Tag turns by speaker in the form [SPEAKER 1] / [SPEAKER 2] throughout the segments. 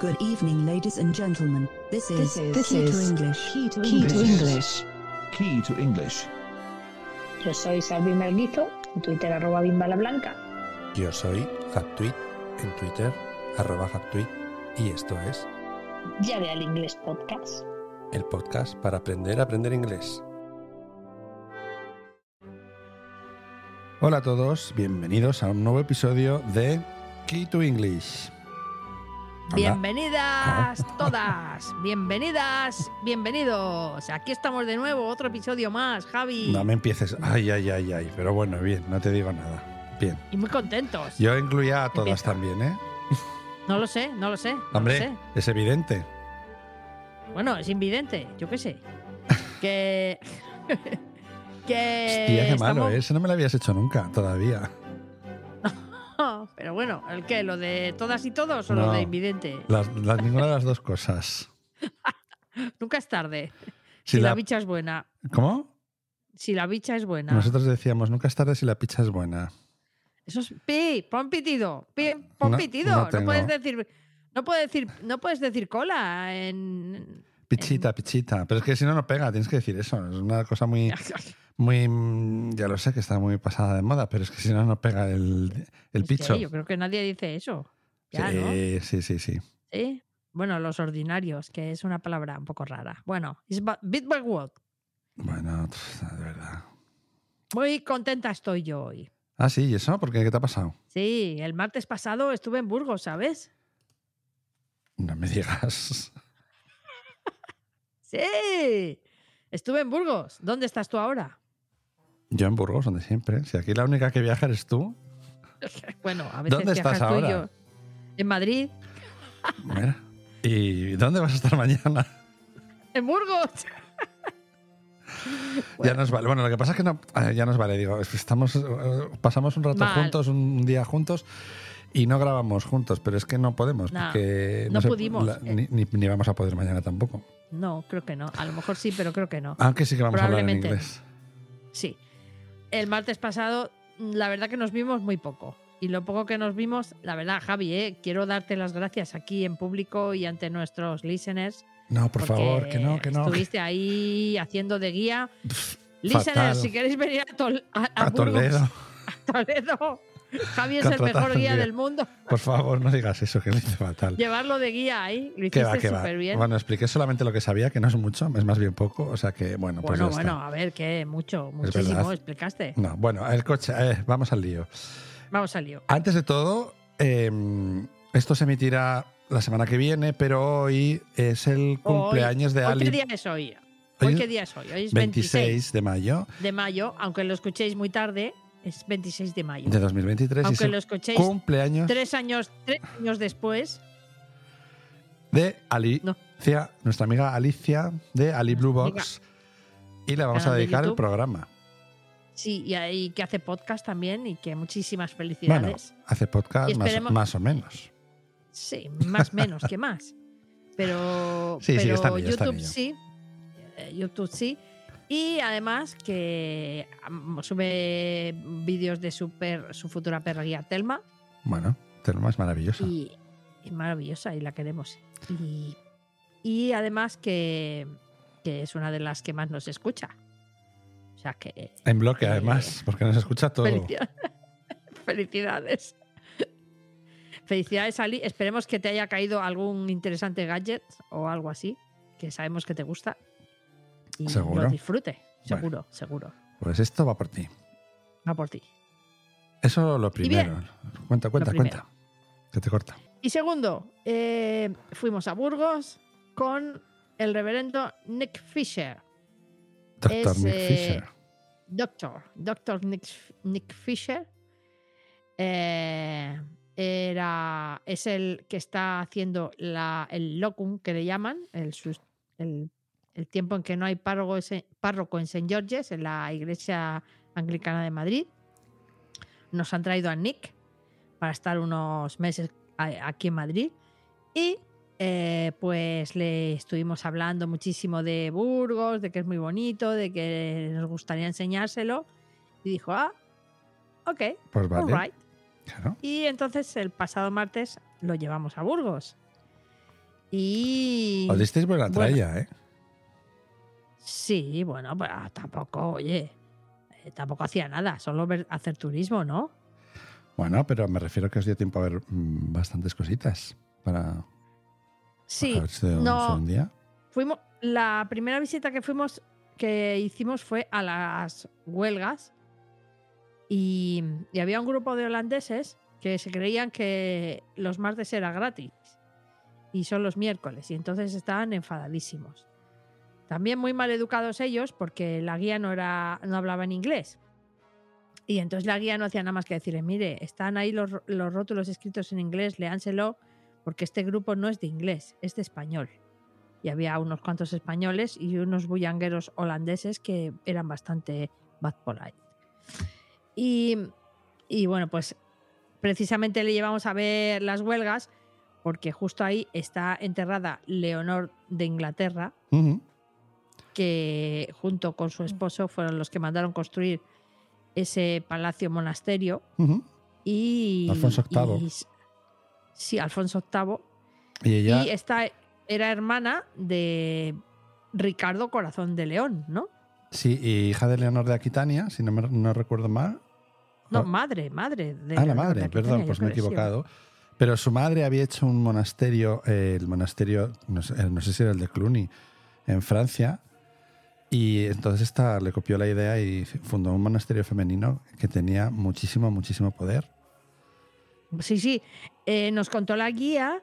[SPEAKER 1] Good evening, ladies and gentlemen. This is,
[SPEAKER 2] This is-
[SPEAKER 1] the key
[SPEAKER 2] this is
[SPEAKER 1] to English.
[SPEAKER 2] Key to
[SPEAKER 1] Key to
[SPEAKER 2] English.
[SPEAKER 1] English.
[SPEAKER 3] Key to English.
[SPEAKER 4] Yo soy Salvi Merguizo, en Twitter arroba bimbalablanca.
[SPEAKER 5] Yo soy HackTweet en Twitter, arroba HackTweet, y esto es
[SPEAKER 4] Llave al inglés podcast.
[SPEAKER 5] el podcast para aprender a aprender inglés. Hola a todos, bienvenidos a un nuevo episodio de Key to English. Hola.
[SPEAKER 2] Bienvenidas todas, bienvenidas, bienvenidos. Aquí estamos de nuevo, otro episodio más, Javi.
[SPEAKER 5] No me empieces, ay, ay, ay, ay, pero bueno, bien, no te digo nada. Bien.
[SPEAKER 2] Y muy contentos.
[SPEAKER 5] Yo incluía a todas
[SPEAKER 2] Empieza.
[SPEAKER 5] también, ¿eh?
[SPEAKER 2] No lo sé, no lo sé. no
[SPEAKER 5] Hombre,
[SPEAKER 2] lo sé.
[SPEAKER 5] es evidente.
[SPEAKER 2] Bueno, es invidente, yo qué sé. Que. que.
[SPEAKER 5] Hostia, qué malo,
[SPEAKER 2] estamos-
[SPEAKER 5] ¿eh? Eso no me lo habías hecho nunca, todavía.
[SPEAKER 2] Pero bueno, ¿el qué? ¿Lo de todas y todos o lo
[SPEAKER 5] No.
[SPEAKER 2] de invidente?
[SPEAKER 5] Las- las- ninguna de las dos cosas.
[SPEAKER 2] Nunca es tarde.
[SPEAKER 5] Si
[SPEAKER 2] Si la...
[SPEAKER 5] la-
[SPEAKER 2] bicha es buena.
[SPEAKER 5] ¿Cómo?
[SPEAKER 2] Si la bicha es buena.
[SPEAKER 5] Nosotros decíamos, nunca es tarde si la picha es buena.
[SPEAKER 2] Eso es pi, pon pitido, pi, pon
[SPEAKER 5] No,
[SPEAKER 2] pitido.
[SPEAKER 5] no
[SPEAKER 2] No,
[SPEAKER 5] tengo.
[SPEAKER 2] puedes decir, no puedes decir, no puedes decir cola en.
[SPEAKER 5] Pichita,
[SPEAKER 2] Em.
[SPEAKER 5] pichita. Pero es que si no, no pega, tienes que decir eso. Es una cosa muy, muy. mm, Ya lo sé que está muy pasada de moda, pero es que si no, no pega el, el
[SPEAKER 2] Es que
[SPEAKER 5] picho.
[SPEAKER 2] yo creo que nadie dice eso. Ya,
[SPEAKER 5] sí,
[SPEAKER 2] ¿no?
[SPEAKER 5] sí, sí, sí.
[SPEAKER 2] Sí. Bueno, los ordinarios, que es una palabra un poco rara. Bueno, it's ba- bit by what.
[SPEAKER 5] Bueno, pff, de verdad.
[SPEAKER 2] Muy contenta estoy yo hoy.
[SPEAKER 5] Ah, sí, ¿y eso? ¿Por qué? ¿Qué te ha pasado?
[SPEAKER 2] Sí, el martes pasado estuve en Burgos, ¿sabes?
[SPEAKER 5] No me digas.
[SPEAKER 2] Sí, estuve en Burgos. ¿Dónde estás tú ahora?
[SPEAKER 5] Yo en Burgos, donde siempre. Si aquí la única que viaja eres tú.
[SPEAKER 2] Bueno, a veces
[SPEAKER 5] ¿Dónde estás
[SPEAKER 2] viajas tú y
[SPEAKER 5] ahora?
[SPEAKER 2] yo. En Madrid,
[SPEAKER 5] Mira. ¿Y dónde vas a estar mañana?
[SPEAKER 2] en Burgos.
[SPEAKER 5] Ya nos vale. Bueno, lo que pasa es que no, eh, ya nos vale. Digo, es que estamos, eh, pasamos un rato
[SPEAKER 2] Mal.
[SPEAKER 5] juntos, un día juntos y no grabamos juntos, pero es que no podemos.
[SPEAKER 2] No,
[SPEAKER 5] porque
[SPEAKER 2] no
[SPEAKER 5] se-
[SPEAKER 2] pudimos. eh.
[SPEAKER 5] ni, ni- ni vamos a poder mañana tampoco.
[SPEAKER 2] No, creo que no. A lo mejor sí, pero creo que no.
[SPEAKER 5] Aunque sí que vamos a hablar en
[SPEAKER 2] Probablemente.
[SPEAKER 5] inglés.
[SPEAKER 2] Sí. El martes pasado, mm, la verdad que nos vimos muy poco. Y lo poco que nos vimos, la verdad, Javi, eh, quiero darte las gracias aquí en público y ante nuestros listeners.
[SPEAKER 5] No, por
[SPEAKER 2] porque
[SPEAKER 5] favor, que no, que no.
[SPEAKER 2] Estuviste ahí haciendo de guía. listeners,
[SPEAKER 5] fatal.
[SPEAKER 2] si queréis venir a, Tol- a- a
[SPEAKER 5] A
[SPEAKER 2] Burgos,
[SPEAKER 5] Toledo.
[SPEAKER 2] a Toledo, Javi es el
[SPEAKER 5] Contratad
[SPEAKER 2] mejor
[SPEAKER 5] un
[SPEAKER 2] guía
[SPEAKER 5] guía.
[SPEAKER 2] del mundo.
[SPEAKER 5] Por favor, no digas eso, que lo hice fatal.
[SPEAKER 2] Llevarlo de guía ahí, lo
[SPEAKER 5] Que va,
[SPEAKER 2] hiciste
[SPEAKER 5] que va.
[SPEAKER 2] súper bien.
[SPEAKER 5] Bueno, expliqué solamente lo que sabía, que no es mucho, es más bien poco. O sea que, bueno, pues
[SPEAKER 2] bueno,
[SPEAKER 5] ya
[SPEAKER 2] bueno, a ver, que mucho,
[SPEAKER 5] verdad.
[SPEAKER 2] muchísimo explicaste.
[SPEAKER 5] está. No, bueno, el coche, eh, vamos al lío.
[SPEAKER 2] Vamos al lío.
[SPEAKER 5] Antes de todo, eh, esto se emitirá la semana que viene, pero hoy es el cumpleaños de
[SPEAKER 2] hoy, ¿Hoy
[SPEAKER 5] Ali.
[SPEAKER 2] qué día es hoy? ¿Hoy
[SPEAKER 5] es
[SPEAKER 2] qué día es hoy? Hoy es 26
[SPEAKER 5] 26 de mayo
[SPEAKER 2] de mayo, aunque lo escuchéis muy tarde, es 26 de mayo.
[SPEAKER 5] de 2023 y es
[SPEAKER 2] aunque
[SPEAKER 5] el
[SPEAKER 2] lo escuchéis
[SPEAKER 5] cumpleaños
[SPEAKER 2] tres años, tres años después,
[SPEAKER 5] de Alicia, nuestra amiga Alicia de Ali Blue Box. Y le vamos a
[SPEAKER 2] Canal de
[SPEAKER 5] dedicar el
[SPEAKER 2] YouTube.
[SPEAKER 5] programa.
[SPEAKER 2] sí, y, ahí que hace podcast también y que muchísimas
[SPEAKER 5] Bueno,
[SPEAKER 2] felicidades.
[SPEAKER 5] hace podcast
[SPEAKER 2] Y
[SPEAKER 5] más,
[SPEAKER 2] esperemos-
[SPEAKER 5] más o menos.
[SPEAKER 2] Sí, más menos que más. Pero,
[SPEAKER 5] Sí, sí,
[SPEAKER 2] pero
[SPEAKER 5] está en ello, está en
[SPEAKER 2] YouTube
[SPEAKER 5] ello.
[SPEAKER 2] sí. eh, YouTube sí. Y además que mm, sube vídeos de su, per- su futura perra guía Telma.
[SPEAKER 5] Bueno, Telma es maravillosa.
[SPEAKER 2] y es maravillosa y la queremos. Y, y además que, que es una de las que más nos escucha. O sea que
[SPEAKER 5] En bloque, además, porque nos escucha todo.
[SPEAKER 2] eh, felicidades. felicidades. Felicidades, Ali. Esperemos que te haya caído algún interesante gadget o algo así, que sabemos que te gusta. Y
[SPEAKER 5] Seguro.
[SPEAKER 2] lo disfrute.
[SPEAKER 5] Bueno.
[SPEAKER 2] Seguro, seguro.
[SPEAKER 5] Pues esto va por ti.
[SPEAKER 2] Va por ti.
[SPEAKER 5] Eso lo
[SPEAKER 2] Y bien.
[SPEAKER 5] primero. Cuenta, cuenta,
[SPEAKER 2] primero.
[SPEAKER 5] cuenta. Que te corta.
[SPEAKER 2] Y segundo, eh, fuimos a Burgos con el reverendo Nick Fisher.
[SPEAKER 5] Doctor
[SPEAKER 2] Es,
[SPEAKER 5] Nick
[SPEAKER 2] eh,
[SPEAKER 5] Fisher.
[SPEAKER 2] Doctor, Doctor Nick, Nick Fisher, eh, era, es el que está haciendo la, el locum, que le llaman, el, sus- el, el tiempo en que no hay párroco, ese- párroco en St. George's, en la iglesia anglicana de Madrid. Nos han traído a Nick para estar unos meses a- aquí en Madrid. Y eh, pues le estuvimos hablando muchísimo de Burgos, de que es muy bonito, de que nos gustaría enseñárselo. Y dijo, ah, ok,
[SPEAKER 5] Pues
[SPEAKER 2] all
[SPEAKER 5] vale.
[SPEAKER 2] right.
[SPEAKER 5] Claro.
[SPEAKER 2] Y entonces el pasado martes lo llevamos a Burgos. Y.
[SPEAKER 5] Os disteis buena
[SPEAKER 2] Bueno.
[SPEAKER 5] tralla, ¿eh?
[SPEAKER 2] Sí, bueno, pues ah, tampoco, oye. eh, Tampoco hacía nada, solo ver- hacer turismo, ¿no?
[SPEAKER 5] Bueno, pero me refiero que os dio tiempo a ver mm, bastantes cositas para
[SPEAKER 2] Sí,
[SPEAKER 5] haber sido un-
[SPEAKER 2] no.
[SPEAKER 5] fue un día.
[SPEAKER 2] fuimos. La primera visita que fuimos, que hicimos fue a las huelgas. Y, y había un grupo de holandeses que se creían que los martes era gratis. Y son los miércoles. Y entonces estaban enfadadísimos. También muy mal educados ellos porque la guía no, era, no hablaba en inglés. Y entonces la guía no hacía nada más que decirle, mire, están ahí los, los rótulos escritos en inglés, léanselo, porque este grupo no es de inglés, es de español. Y había unos cuantos españoles y unos bullangueros holandeses que eran bastante bad polite. Y, y bueno, pues precisamente le llevamos a ver las huelgas, porque justo ahí está enterrada Leonor de Inglaterra,
[SPEAKER 5] Ujú.
[SPEAKER 2] que junto con su esposo fueron los que mandaron construir ese palacio monasterio
[SPEAKER 5] Ujú.
[SPEAKER 2] y
[SPEAKER 5] Alfonso VIII.
[SPEAKER 2] y- sí, Alfonso VIII.
[SPEAKER 5] Y ella,
[SPEAKER 2] Y eh, esta era hermana de Ricardo Corazón de León, ¿no?
[SPEAKER 5] sí, y hija de Leonor de Aquitania, si no, me- no recuerdo mal.
[SPEAKER 2] No,
[SPEAKER 5] Ah.
[SPEAKER 2] madre, madre. de
[SPEAKER 5] ah, la
[SPEAKER 2] Leonor de
[SPEAKER 5] madre,
[SPEAKER 2] Aquitania,
[SPEAKER 5] perdón,
[SPEAKER 2] yo
[SPEAKER 5] pues me he
[SPEAKER 2] creo, sí,
[SPEAKER 5] equivocado. Pero su madre había hecho un monasterio, eh, el monasterio, no sé, eh, no sé si era el de Cluny, en Francia. Y entonces esta le copió la idea y fundó un monasterio femenino que tenía muchísimo, muchísimo poder.
[SPEAKER 2] Sí, sí. Eh, nos contó la guía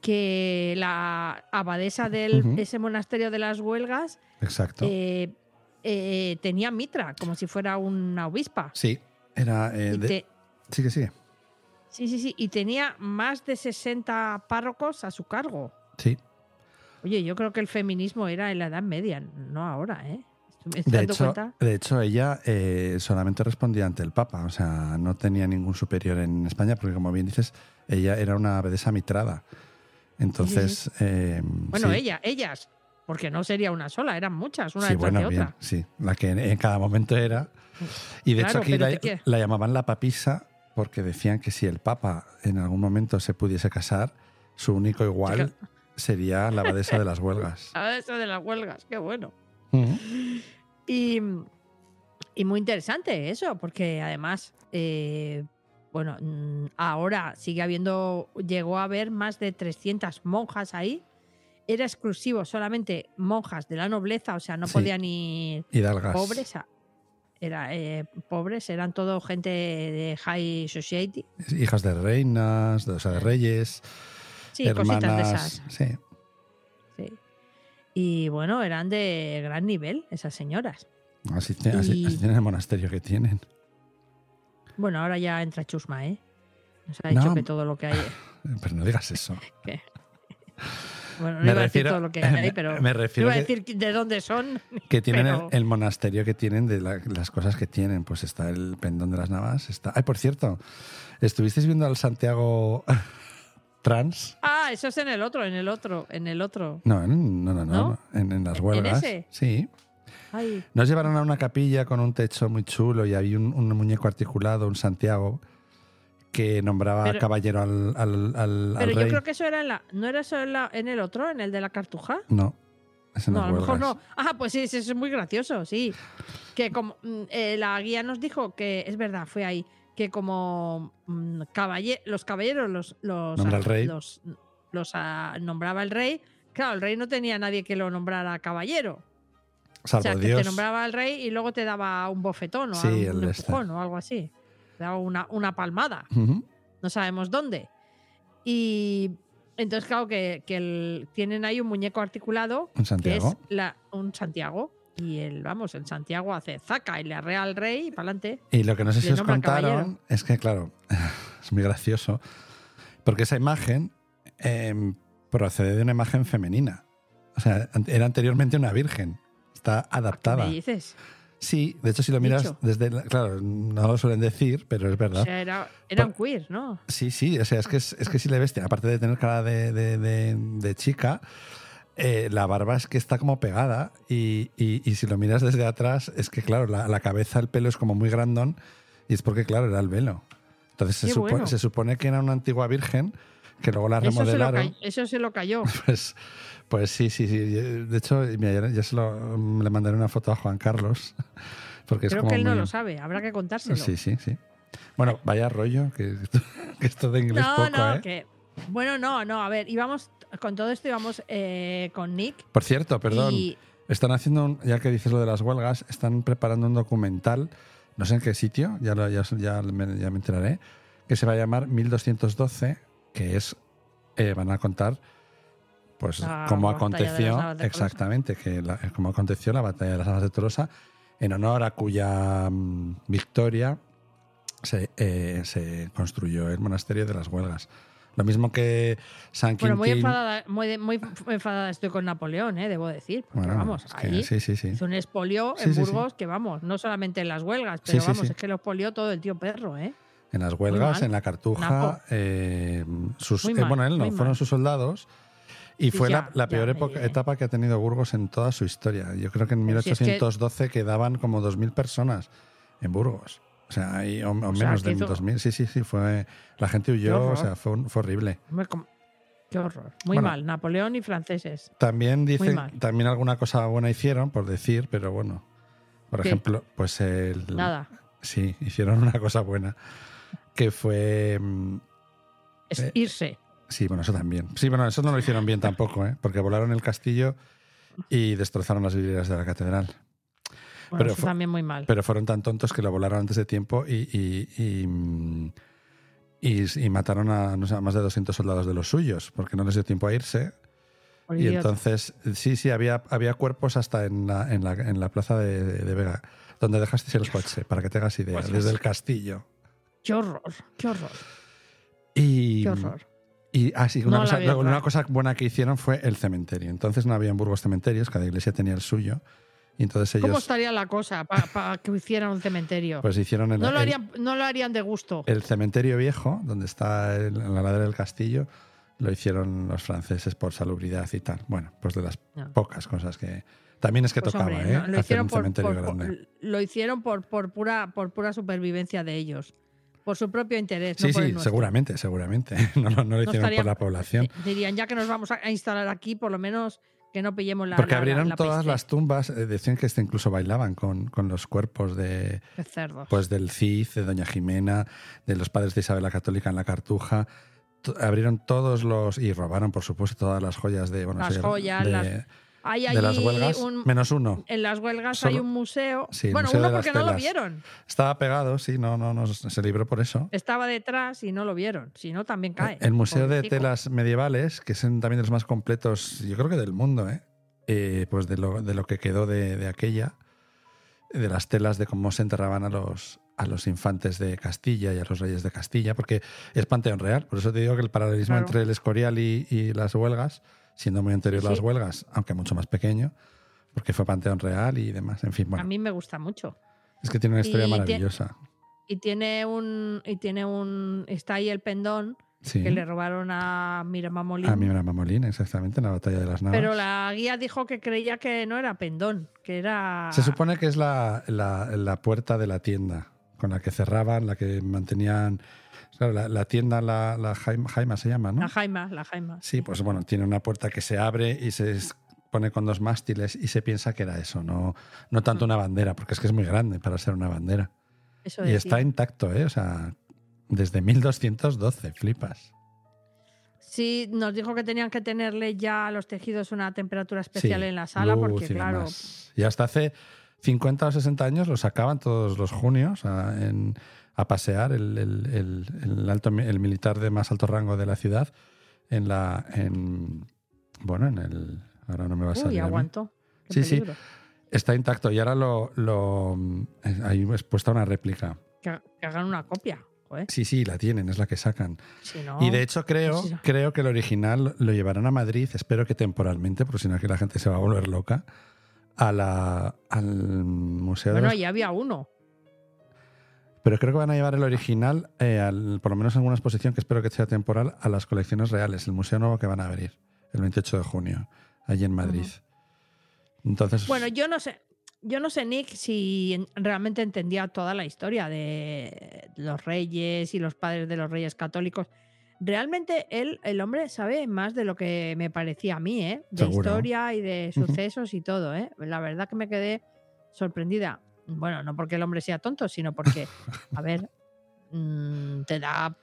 [SPEAKER 2] que la abadesa de
[SPEAKER 5] Ujú.
[SPEAKER 2] ese monasterio de las huelgas
[SPEAKER 5] Exacto.
[SPEAKER 2] eh, eh, tenía mitra, como si fuera una obispa.
[SPEAKER 5] sí, era. eh,
[SPEAKER 2] Y
[SPEAKER 5] de-
[SPEAKER 2] te-
[SPEAKER 5] Sí, que sí.
[SPEAKER 2] sí, sí, sí. Y tenía más de 60 párrocos a su cargo.
[SPEAKER 5] Sí.
[SPEAKER 2] Oye, yo creo que el feminismo era en la Edad Media, no ahora, ¿eh? Me estoy
[SPEAKER 5] De
[SPEAKER 2] dando
[SPEAKER 5] hecho,
[SPEAKER 2] cuenta.
[SPEAKER 5] de hecho, ella eh, solamente respondía ante el Papa, o sea, no tenía ningún superior en España, porque como bien dices, ella era una abadesa mitrada. Entonces, eh,
[SPEAKER 2] Bueno,
[SPEAKER 5] sí.
[SPEAKER 2] ella, ellas, porque no sería una sola, eran muchas, una
[SPEAKER 5] sí,
[SPEAKER 2] detrás
[SPEAKER 5] bueno,
[SPEAKER 2] de
[SPEAKER 5] bien,
[SPEAKER 2] otra.
[SPEAKER 5] sí, la que en, en cada momento era. Y de
[SPEAKER 2] Claro,
[SPEAKER 5] hecho aquí
[SPEAKER 2] pero
[SPEAKER 5] la,
[SPEAKER 2] te quiere-
[SPEAKER 5] la llamaban la papisa porque decían que si el Papa en algún momento se pudiese casar, su único igual sería la abadesa de las huelgas.
[SPEAKER 2] Ah, Eso de las huelgas, qué bueno.
[SPEAKER 5] Ujú.
[SPEAKER 2] Y, y muy interesante eso, porque además, eh, bueno, mm, ahora sigue habiendo, llegó a haber más de 300 monjas ahí. Era exclusivo, solamente monjas de la nobleza, o sea, no
[SPEAKER 5] Sí.
[SPEAKER 2] podían ir
[SPEAKER 5] Hidalgas.
[SPEAKER 2] pobres. a- era, eh, pobres, eran todo gente de high society.
[SPEAKER 5] Hijas de reinas, de, o sea, de reyes,
[SPEAKER 2] Sí, cositas de
[SPEAKER 5] hermanas.
[SPEAKER 2] esas.
[SPEAKER 5] Sí.
[SPEAKER 2] sí. Y bueno, eran de gran nivel esas señoras.
[SPEAKER 5] Así, te- así-
[SPEAKER 2] Y-
[SPEAKER 5] así tienen el monasterio que tienen.
[SPEAKER 2] Bueno, ahora ya entra Chusma, ¿eh? Nos ha
[SPEAKER 5] No.
[SPEAKER 2] dicho que todo lo que hay.
[SPEAKER 5] Pero no digas eso.
[SPEAKER 2] Bueno, no
[SPEAKER 5] Me
[SPEAKER 2] iba a decir
[SPEAKER 5] refiero-
[SPEAKER 2] todo lo que hay, pero.
[SPEAKER 5] me
[SPEAKER 2] no
[SPEAKER 5] refiero
[SPEAKER 2] iba a
[SPEAKER 5] que-
[SPEAKER 2] decir de dónde son.
[SPEAKER 5] Que tienen el-
[SPEAKER 2] pero-
[SPEAKER 5] el, monasterio que tienen de la- las cosas que tienen. Pues está el pendón de las navas. Está... Ay, por cierto, ¿estuvisteis viendo al Santiago trans?
[SPEAKER 2] Ah, eso es en el otro, en el otro, en el otro.
[SPEAKER 5] No, en- no, no, no,
[SPEAKER 2] ¿No?
[SPEAKER 5] En, en las huelgas.
[SPEAKER 2] ese?
[SPEAKER 5] Sí.
[SPEAKER 2] Ay,
[SPEAKER 5] Nos llevaron a una capilla con un techo muy chulo y había un, un muñeco articulado, un Santiago, que nombraba
[SPEAKER 2] Pero-
[SPEAKER 5] caballero al, al, al- al
[SPEAKER 2] pero yo
[SPEAKER 5] rey.
[SPEAKER 2] creo que eso era en la. ¿No era eso en, la- en el otro, en el de la cartuja?
[SPEAKER 5] No, es en
[SPEAKER 2] No,
[SPEAKER 5] las
[SPEAKER 2] a lo mejor
[SPEAKER 5] huelgas.
[SPEAKER 2] no. Ah, pues sí, eso es muy gracioso, sí. Que como mm, eh, la guía nos dijo que, es verdad, fue ahí, que como mm, caballe- los caballeros los, los,
[SPEAKER 5] Nombra el rey.
[SPEAKER 2] los, los, ah, nombraba el rey, claro, el rey no tenía nadie que lo nombrara caballero.
[SPEAKER 5] Salvo
[SPEAKER 2] o sea, que
[SPEAKER 5] Dios.
[SPEAKER 2] te nombraba al rey y luego te daba un bofetón o
[SPEAKER 5] Sí,
[SPEAKER 2] un
[SPEAKER 5] el este.
[SPEAKER 2] empujón o algo así. Te daba una, una palmada
[SPEAKER 5] Ujú.
[SPEAKER 2] no sabemos dónde. Y entonces, claro, que, que el- tienen ahí un muñeco articulado,
[SPEAKER 5] ¿Un
[SPEAKER 2] que es
[SPEAKER 5] Santiago?
[SPEAKER 2] la, un Santiago. Y el, vamos, el Santiago hace zaca y le arrea al rey y para adelante.
[SPEAKER 5] Y lo que no sé
[SPEAKER 2] Le
[SPEAKER 5] si os
[SPEAKER 2] nombran
[SPEAKER 5] contaron
[SPEAKER 2] caballero.
[SPEAKER 5] es que, claro, es muy gracioso, Porque esa imagen eh, procede de una imagen femenina. O sea, an- era anteriormente una virgen. Está
[SPEAKER 2] Ah, ¿Qué
[SPEAKER 5] adaptada.
[SPEAKER 2] me dices?
[SPEAKER 5] Sí, de hecho, si lo miras
[SPEAKER 2] Dicho.
[SPEAKER 5] desde. la- claro, no lo suelen decir, pero es verdad.
[SPEAKER 2] O sea, era, era un queer, ¿no?
[SPEAKER 5] Sí, sí, o sea, es que, es, es que si le ves, tiene- aparte de tener cara de, de- de- de chica, eh, la barba es que está como pegada y, y- y si lo miras desde atrás, es que claro, la, la cabeza, el pelo es como muy grandón y es porque, claro, era el velo. Entonces se,
[SPEAKER 2] Qué
[SPEAKER 5] supo-
[SPEAKER 2] bueno.
[SPEAKER 5] se supone que era una antigua virgen que luego la
[SPEAKER 2] Eso se, lo
[SPEAKER 5] remodelaron.
[SPEAKER 2] cay- eso se lo cayó.
[SPEAKER 5] Pues, pues sí, sí, sí. De hecho, mira, ya, ya se lo, le mandaré una foto a Juan Carlos. Porque es
[SPEAKER 2] Creo
[SPEAKER 5] como
[SPEAKER 2] que él no
[SPEAKER 5] muy-
[SPEAKER 2] lo sabe, habrá que contárselo.
[SPEAKER 5] Sí, sí, sí. Bueno, vaya rollo, que, que esto de inglés
[SPEAKER 2] no,
[SPEAKER 5] poco,
[SPEAKER 2] no,
[SPEAKER 5] ¿eh?
[SPEAKER 2] que. Bueno, no, no, a ver, íbamos. Con todo esto íbamos eh, con Nick.
[SPEAKER 5] Por cierto, perdón,
[SPEAKER 2] Y
[SPEAKER 5] están haciendo, un- ya que dices lo de las huelgas, están preparando un documental, no sé en qué sitio, ya, lo- ya, ya me, ya me enteraré, que se va a llamar 1212, que es, eh, van a contar, pues,
[SPEAKER 2] La
[SPEAKER 5] cómo
[SPEAKER 2] batalla de las
[SPEAKER 5] aconteció,
[SPEAKER 2] Navas de Tolosa.
[SPEAKER 5] exactamente, que la- eh, cómo aconteció la batalla de las Navas de Tolosa, en honor a cuya mm, victoria se, eh, se construyó el monasterio de las huelgas. Lo mismo que San
[SPEAKER 2] Bueno,
[SPEAKER 5] Quintín...
[SPEAKER 2] muy enfadada, muy, de- muy enfadada estoy con Napoleón, eh, debo decir. Porque
[SPEAKER 5] Bueno,
[SPEAKER 2] vamos,
[SPEAKER 5] es que-
[SPEAKER 2] ahí
[SPEAKER 5] sí, sí, sí.
[SPEAKER 2] hizo un expolio
[SPEAKER 5] Sí,
[SPEAKER 2] en
[SPEAKER 5] sí, sí.
[SPEAKER 2] Burgos que vamos, no solamente en las huelgas,
[SPEAKER 5] Sí,
[SPEAKER 2] pero
[SPEAKER 5] sí,
[SPEAKER 2] vamos,
[SPEAKER 5] sí.
[SPEAKER 2] es que lo expolió todo el tío perro, ¿eh?
[SPEAKER 5] En las huelgas,
[SPEAKER 2] mal.
[SPEAKER 5] en la
[SPEAKER 2] Napo.
[SPEAKER 5] cartuja, eh, sus,
[SPEAKER 2] Muy
[SPEAKER 5] eh,
[SPEAKER 2] mal,
[SPEAKER 5] bueno, él no,
[SPEAKER 2] muy
[SPEAKER 5] fueron
[SPEAKER 2] mal.
[SPEAKER 5] sus soldados. Y
[SPEAKER 2] Sí,
[SPEAKER 5] fue
[SPEAKER 2] ya,
[SPEAKER 5] la, la
[SPEAKER 2] ya,
[SPEAKER 5] peor
[SPEAKER 2] me
[SPEAKER 5] época-
[SPEAKER 2] diré.
[SPEAKER 5] etapa que ha tenido Burgos en toda su historia. Yo creo que en
[SPEAKER 2] Pero si Pues es que-
[SPEAKER 5] 1812 quedaban como 2.000 personas en Burgos. O sea, ahí, o, o menos
[SPEAKER 2] sea, que
[SPEAKER 5] de
[SPEAKER 2] hizo-
[SPEAKER 5] 2.000. Sí, sí, sí. Fue, la gente huyó, o
[SPEAKER 2] horror.
[SPEAKER 5] sea, fue, un- fue horrible.
[SPEAKER 2] Hombre, com- Qué horror. Muy
[SPEAKER 5] Bueno.
[SPEAKER 2] mal, Napoleón y franceses.
[SPEAKER 5] También dicen,
[SPEAKER 2] mal.
[SPEAKER 5] también alguna cosa buena hicieron, por decir, pero bueno. Por
[SPEAKER 2] ¿Qué?
[SPEAKER 5] ejemplo, pues el,
[SPEAKER 2] Nada.
[SPEAKER 5] sí, hicieron una cosa buena, que fue mm,
[SPEAKER 2] Es
[SPEAKER 5] Eh,
[SPEAKER 2] irse.
[SPEAKER 5] Sí, bueno, eso también. Sí, bueno, eso no lo hicieron bien tampoco, ¿eh? porque volaron el castillo y destrozaron las vidrieras de la catedral.
[SPEAKER 2] Bueno,
[SPEAKER 5] pero
[SPEAKER 2] eso
[SPEAKER 5] fue-
[SPEAKER 2] también muy mal.
[SPEAKER 5] Pero fueron tan tontos que lo volaron antes de tiempo y, y, y, mm, y- y mataron a, no sé, a más de 200 soldados de los suyos, porque no les dio tiempo a irse.
[SPEAKER 2] por
[SPEAKER 5] Y
[SPEAKER 2] idiota.
[SPEAKER 5] entonces, sí, sí, había, había cuerpos hasta en la, en la, en la plaza de, de Vega, donde dejasteis el coche, para que te hagas idea, desde el castillo.
[SPEAKER 2] Qué horror, qué horror,
[SPEAKER 5] Y,
[SPEAKER 2] qué horror.
[SPEAKER 5] Y ah, sí, una,
[SPEAKER 2] No, la
[SPEAKER 5] cosa,
[SPEAKER 2] verdad.
[SPEAKER 5] una cosa buena que hicieron fue el cementerio. Entonces no había en Burgos cementerios, cada iglesia tenía el suyo. Y entonces
[SPEAKER 2] ¿Cómo
[SPEAKER 5] ellos
[SPEAKER 2] estaría la cosa para que hicieran un cementerio?
[SPEAKER 5] pues hicieron el,
[SPEAKER 2] no, lo
[SPEAKER 5] el-
[SPEAKER 2] harían, no lo harían de gusto.
[SPEAKER 5] el cementerio viejo, donde está el- en la ladera del castillo, lo hicieron los franceses por salubridad y tal. Bueno, pues de las
[SPEAKER 2] No.
[SPEAKER 5] pocas cosas que... También es que
[SPEAKER 2] Pues,
[SPEAKER 5] tocaba,
[SPEAKER 2] hombre,
[SPEAKER 5] ¿eh?
[SPEAKER 2] no, lo
[SPEAKER 5] Hacer
[SPEAKER 2] hicieron
[SPEAKER 5] un
[SPEAKER 2] por,
[SPEAKER 5] cementerio
[SPEAKER 2] por- por-
[SPEAKER 5] grande.
[SPEAKER 2] lo hicieron por, por pura, por pura supervivencia de ellos, por su propio interés. no
[SPEAKER 5] sí,
[SPEAKER 2] por el
[SPEAKER 5] sí,
[SPEAKER 2] nuestro.
[SPEAKER 5] seguramente, seguramente. No, no, no lo
[SPEAKER 2] No
[SPEAKER 5] hicieron
[SPEAKER 2] estaría-
[SPEAKER 5] por la población.
[SPEAKER 2] Eh, Dirían, ya que nos vamos a a instalar aquí, por lo menos que no pillemos la.
[SPEAKER 5] Porque
[SPEAKER 2] la- la-
[SPEAKER 5] abrieron
[SPEAKER 2] la
[SPEAKER 5] todas
[SPEAKER 2] peste
[SPEAKER 5] las tumbas, eh, decían que hasta incluso bailaban con, con los cuerpos de,
[SPEAKER 2] de cerdos.
[SPEAKER 5] pues del CID, de Doña Jimena, de los padres de Isabel la Católica en la Cartuja. To- Abrieron todos los. y robaron, por supuesto, todas las joyas de. Bueno,
[SPEAKER 2] Las
[SPEAKER 5] eso ya-
[SPEAKER 2] joyas,
[SPEAKER 5] de,
[SPEAKER 2] las-
[SPEAKER 5] de
[SPEAKER 2] Hay
[SPEAKER 5] las
[SPEAKER 2] allí
[SPEAKER 5] huelgas.
[SPEAKER 2] un-
[SPEAKER 5] Menos uno.
[SPEAKER 2] en las huelgas hay
[SPEAKER 5] solo-
[SPEAKER 2] un museo.
[SPEAKER 5] Sí, el
[SPEAKER 2] bueno,
[SPEAKER 5] Museo de
[SPEAKER 2] uno
[SPEAKER 5] las
[SPEAKER 2] porque no lo
[SPEAKER 5] Telas.
[SPEAKER 2] vieron.
[SPEAKER 5] Estaba pegado, sí, no, no, no se libró por eso.
[SPEAKER 2] Estaba detrás y no lo vieron. Si no, también cae.
[SPEAKER 5] Eh, El Museo de
[SPEAKER 2] Pobrecico.
[SPEAKER 5] Telas Medievales, que son también de los más completos, yo creo que del mundo, ¿eh? Eh, pues de lo, de lo que quedó de, de aquella, de las telas, de cómo se enterraban a los, a los infantes de Castilla y a los reyes de Castilla, porque es Panteón Real, por eso te digo que el paralelismo
[SPEAKER 2] Claro.
[SPEAKER 5] entre el Escorial y, y las huelgas, siendo muy anterior
[SPEAKER 2] Sí,
[SPEAKER 5] las
[SPEAKER 2] sí.
[SPEAKER 5] huelgas, aunque mucho más pequeño, porque fue Panteón Real y demás, en fin,
[SPEAKER 2] A
[SPEAKER 5] bueno,
[SPEAKER 2] mí me gusta mucho.
[SPEAKER 5] es que tiene una historia
[SPEAKER 2] Y te-
[SPEAKER 5] maravillosa.
[SPEAKER 2] Y tiene un. Y tiene un. Está ahí el pendón
[SPEAKER 5] Sí,
[SPEAKER 2] que le robaron a Miramá Molina.
[SPEAKER 5] a mi Mamolín, exactamente, en la batalla de las Navas.
[SPEAKER 2] Pero la guía dijo que creía que no era pendón, que era.
[SPEAKER 5] Se supone que es la, la- la puerta de la tienda con la que cerraban, la que mantenían. Claro, la, la tienda, la, la Jaima, Jaima se llama, ¿no?
[SPEAKER 2] La Jaima, la Jaima.
[SPEAKER 5] Sí, pues bueno, tiene una puerta que se abre y se es- pone con dos mástiles y se piensa que era eso, no, no tanto una bandera, porque es que es muy grande para ser una bandera.
[SPEAKER 2] Eso
[SPEAKER 5] y
[SPEAKER 2] decía.
[SPEAKER 5] está intacto, ¿eh? O sea, desde 1212, flipas.
[SPEAKER 2] Sí, nos dijo que tenían que tenerle ya a los tejidos una temperatura especial en la sala,
[SPEAKER 5] luz
[SPEAKER 2] porque
[SPEAKER 5] y
[SPEAKER 2] claro,
[SPEAKER 5] demás. Y hasta hace 50 o 60 años lo sacaban todos los junios a, en- a pasear el, el- el- el alto, mi- el militar de más alto rango de la ciudad en la. En, bueno, en el. Ahora no me va a salir.
[SPEAKER 2] uy,
[SPEAKER 5] a mí.
[SPEAKER 2] aguantó. Qué
[SPEAKER 5] Sí, sí.
[SPEAKER 2] peligro.
[SPEAKER 5] Está eh, intacto y ahora lo, lo- Hay expuesta una réplica.
[SPEAKER 2] Que, que hagan una copia. ojo, ¿eh?
[SPEAKER 5] Sí, sí, la tienen, es la que sacan.
[SPEAKER 2] Si no, Pues
[SPEAKER 5] Y de hecho creo,
[SPEAKER 2] Sí, sí.
[SPEAKER 5] creo que el original lo llevarán a Madrid, espero que temporalmente, porque si no aquí la gente se va a volver loca, a la, al Museo de
[SPEAKER 2] bueno,
[SPEAKER 5] los-
[SPEAKER 2] ya había uno.
[SPEAKER 5] Pero creo que van a llevar el original, eh, al, por lo menos en alguna exposición que espero que sea temporal, a las colecciones reales, el museo nuevo que van a abrir el 28 de junio, allí en Madrid. Entonces,
[SPEAKER 2] Bueno, yo no sé. Yo no sé, Nick, si en- realmente entendía toda la historia de los reyes y los padres de los reyes católicos. Realmente él, el hombre sabe más de lo que me parecía a mí, ¿eh? De
[SPEAKER 5] Seguro.
[SPEAKER 2] historia y de
[SPEAKER 5] Ujú.
[SPEAKER 2] sucesos y todo, ¿eh? La verdad que me quedé sorprendida. Bueno, no porque el hombre sea tonto, sino porque, a ver, mm, te da...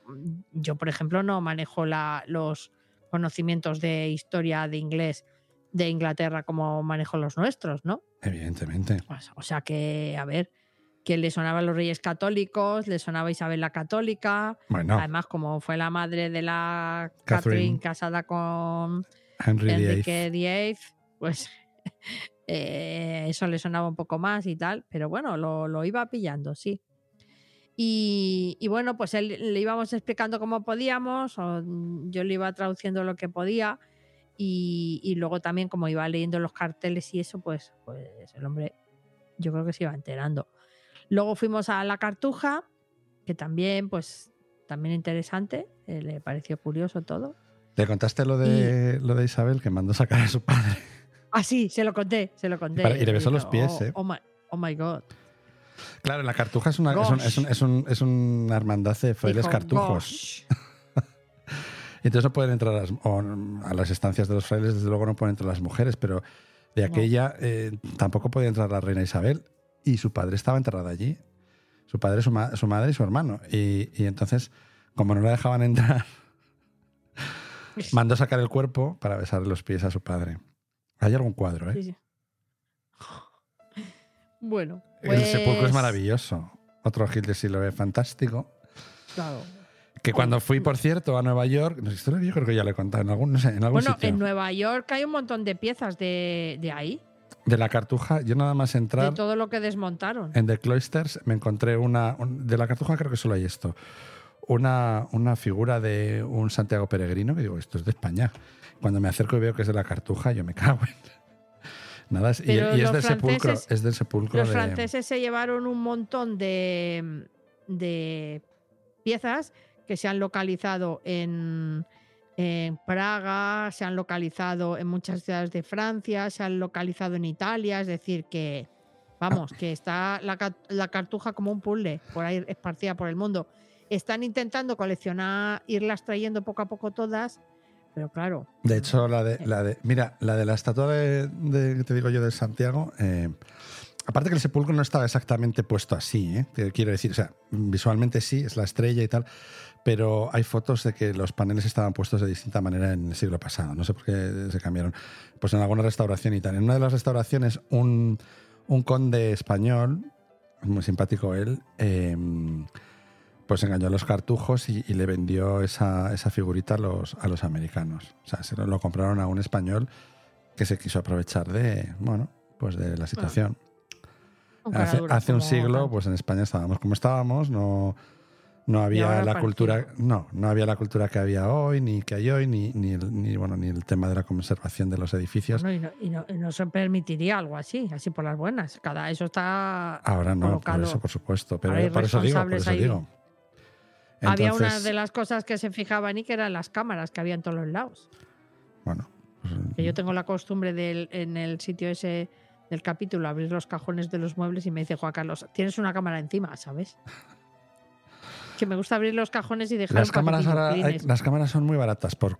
[SPEAKER 2] Yo, por ejemplo, no manejo la, los conocimientos de historia de inglés de Inglaterra como manejo los nuestros, ¿no?
[SPEAKER 5] evidentemente.
[SPEAKER 2] O sea- O sea que, a ver, que le sonaba a los reyes católicos, le sonaba Isabel la católica,
[SPEAKER 5] Bueno,
[SPEAKER 2] además como fue la madre de la
[SPEAKER 5] Catherine.
[SPEAKER 2] Catherine casada con
[SPEAKER 5] Henry
[SPEAKER 2] Enrique
[SPEAKER 5] VIII.
[SPEAKER 2] VIII, pues eh, eso le sonaba un poco más y tal, pero bueno, lo, lo iba pillando, sí. Y, y bueno, pues él, le íbamos explicando cómo podíamos, o mm, yo le iba traduciendo lo que podía, y, y luego también como iba leyendo los carteles y eso, pues, pues el hombre yo creo que se iba enterando. Luego fuimos a La Cartuja, que también, pues, también interesante, eh, le pareció curioso todo.
[SPEAKER 5] ¿Le contaste lo de, lo de Isabel que mandó sacar a su padre?
[SPEAKER 2] Ah, sí, se lo conté, se lo conté.
[SPEAKER 5] para- y le besó los
[SPEAKER 2] dije,
[SPEAKER 5] pies,
[SPEAKER 2] oh,
[SPEAKER 5] ¿eh?
[SPEAKER 2] Oh my, oh my God.
[SPEAKER 5] Claro, la cartuja es una, es un- es un- es un- es una hermandad de frailes
[SPEAKER 2] Dijo,
[SPEAKER 5] cartujos.
[SPEAKER 2] "Gosh".
[SPEAKER 5] Entonces no pueden entrar las, o a las estancias de los frailes, desde luego no pueden entrar las mujeres, pero de
[SPEAKER 2] No.
[SPEAKER 5] aquella eh, tampoco podía entrar la reina Isabel y su padre estaba enterrado allí. Su padre, su, ma- su madre y su hermano. Y, y entonces, como no la dejaban entrar, mandó sacar el cuerpo para besar los pies a su padre. Hay algún cuadro,
[SPEAKER 2] Sí,
[SPEAKER 5] ¿eh?
[SPEAKER 2] sí. Bueno.
[SPEAKER 5] El sepulcro es
[SPEAKER 2] pues,
[SPEAKER 5] maravilloso. Otro Gil de Siloé fantástico.
[SPEAKER 2] claro.
[SPEAKER 5] Que cuando fui, por cierto, a Nueva York, no sé, esto yo creo que ya lo he contado en algún, no sé, en algún
[SPEAKER 2] Bueno,
[SPEAKER 5] sitio.
[SPEAKER 2] en Nueva York hay un montón de piezas de, de ahí,
[SPEAKER 5] de la cartuja, yo nada más entrar
[SPEAKER 2] de todo lo que desmontaron.
[SPEAKER 5] en The Cloisters me encontré una. un- de la cartuja creo que solo hay esto. Una, una figura de un Santiago Peregrino que digo, esto es de España. Cuando me acerco y veo que es de la cartuja, yo me cago en. Nada, es- y,
[SPEAKER 2] Pero
[SPEAKER 5] y es
[SPEAKER 2] los
[SPEAKER 5] del sepulcro.
[SPEAKER 2] franceses-
[SPEAKER 5] Es del sepulcro
[SPEAKER 2] Los
[SPEAKER 5] de-
[SPEAKER 2] franceses se llevaron un montón de, mm, de piezas que se han localizado en, en Praga, se han localizado en muchas ciudades de Francia, se han localizado en Italia, es decir, que vamos, que está la, ca- la cartuja como un puzzle por ahí esparcida por el mundo. Están intentando coleccionar, irlas trayendo poco a poco todas, pero claro.
[SPEAKER 5] De hecho, la de, la de. Mira, la de la estatua de, de- que te digo yo de Santiago. eh, aparte que el sepulcro no estaba exactamente puesto así, ¿eh? Te quiero decir, o sea, visualmente sí, es la estrella y tal. Pero hay fotos de que los paneles estaban puestos de distinta manera en el siglo pasado. No sé por qué se cambiaron. Pues en alguna restauración y tal. En una de las restauraciones, un, un conde español, muy simpático él, eh, pues engañó a los cartujos y, y le vendió esa, esa figurita a los, a los americanos. O sea, se lo, lo compraron a un español que se quiso aprovechar de, bueno, pues de la situación.
[SPEAKER 2] un
[SPEAKER 5] hace
[SPEAKER 2] caradura
[SPEAKER 5] hace un
[SPEAKER 2] como
[SPEAKER 5] siglo,
[SPEAKER 2] tanto.
[SPEAKER 5] pues en España estábamos como estábamos, no, no había
[SPEAKER 2] ahora
[SPEAKER 5] la
[SPEAKER 2] parecido.
[SPEAKER 5] cultura, no, no había la cultura que había hoy, ni que hay hoy, ni, ni, el, ni, bueno, ni el tema de la conservación de los edificios.
[SPEAKER 2] Bueno, y, no, y no- y no se permitiría algo así, así por las buenas. Cada eso está.
[SPEAKER 5] Ahora no, por
[SPEAKER 2] colocado.
[SPEAKER 5] eso, por supuesto, pero
[SPEAKER 2] Ahora hay
[SPEAKER 5] por eso digo, por
[SPEAKER 2] responsables
[SPEAKER 5] eso
[SPEAKER 2] ahí.
[SPEAKER 5] digo.
[SPEAKER 2] Había una
[SPEAKER 5] Entonces,
[SPEAKER 2] de las cosas que se fijaban y que eran las cámaras que había en todos los lados.
[SPEAKER 5] Bueno, pues,
[SPEAKER 2] Que yo tengo la costumbre del, en el sitio ese del capítulo abrir los cajones de los muebles y me dice Juan Carlos, tienes una cámara encima, ¿sabes? Que me gusta abrir los cajones y dejar
[SPEAKER 5] Las
[SPEAKER 2] un
[SPEAKER 5] cámaras,
[SPEAKER 2] paquetillo,
[SPEAKER 5] ahora, hay-
[SPEAKER 2] plines.
[SPEAKER 5] las cámaras son muy baratas. Por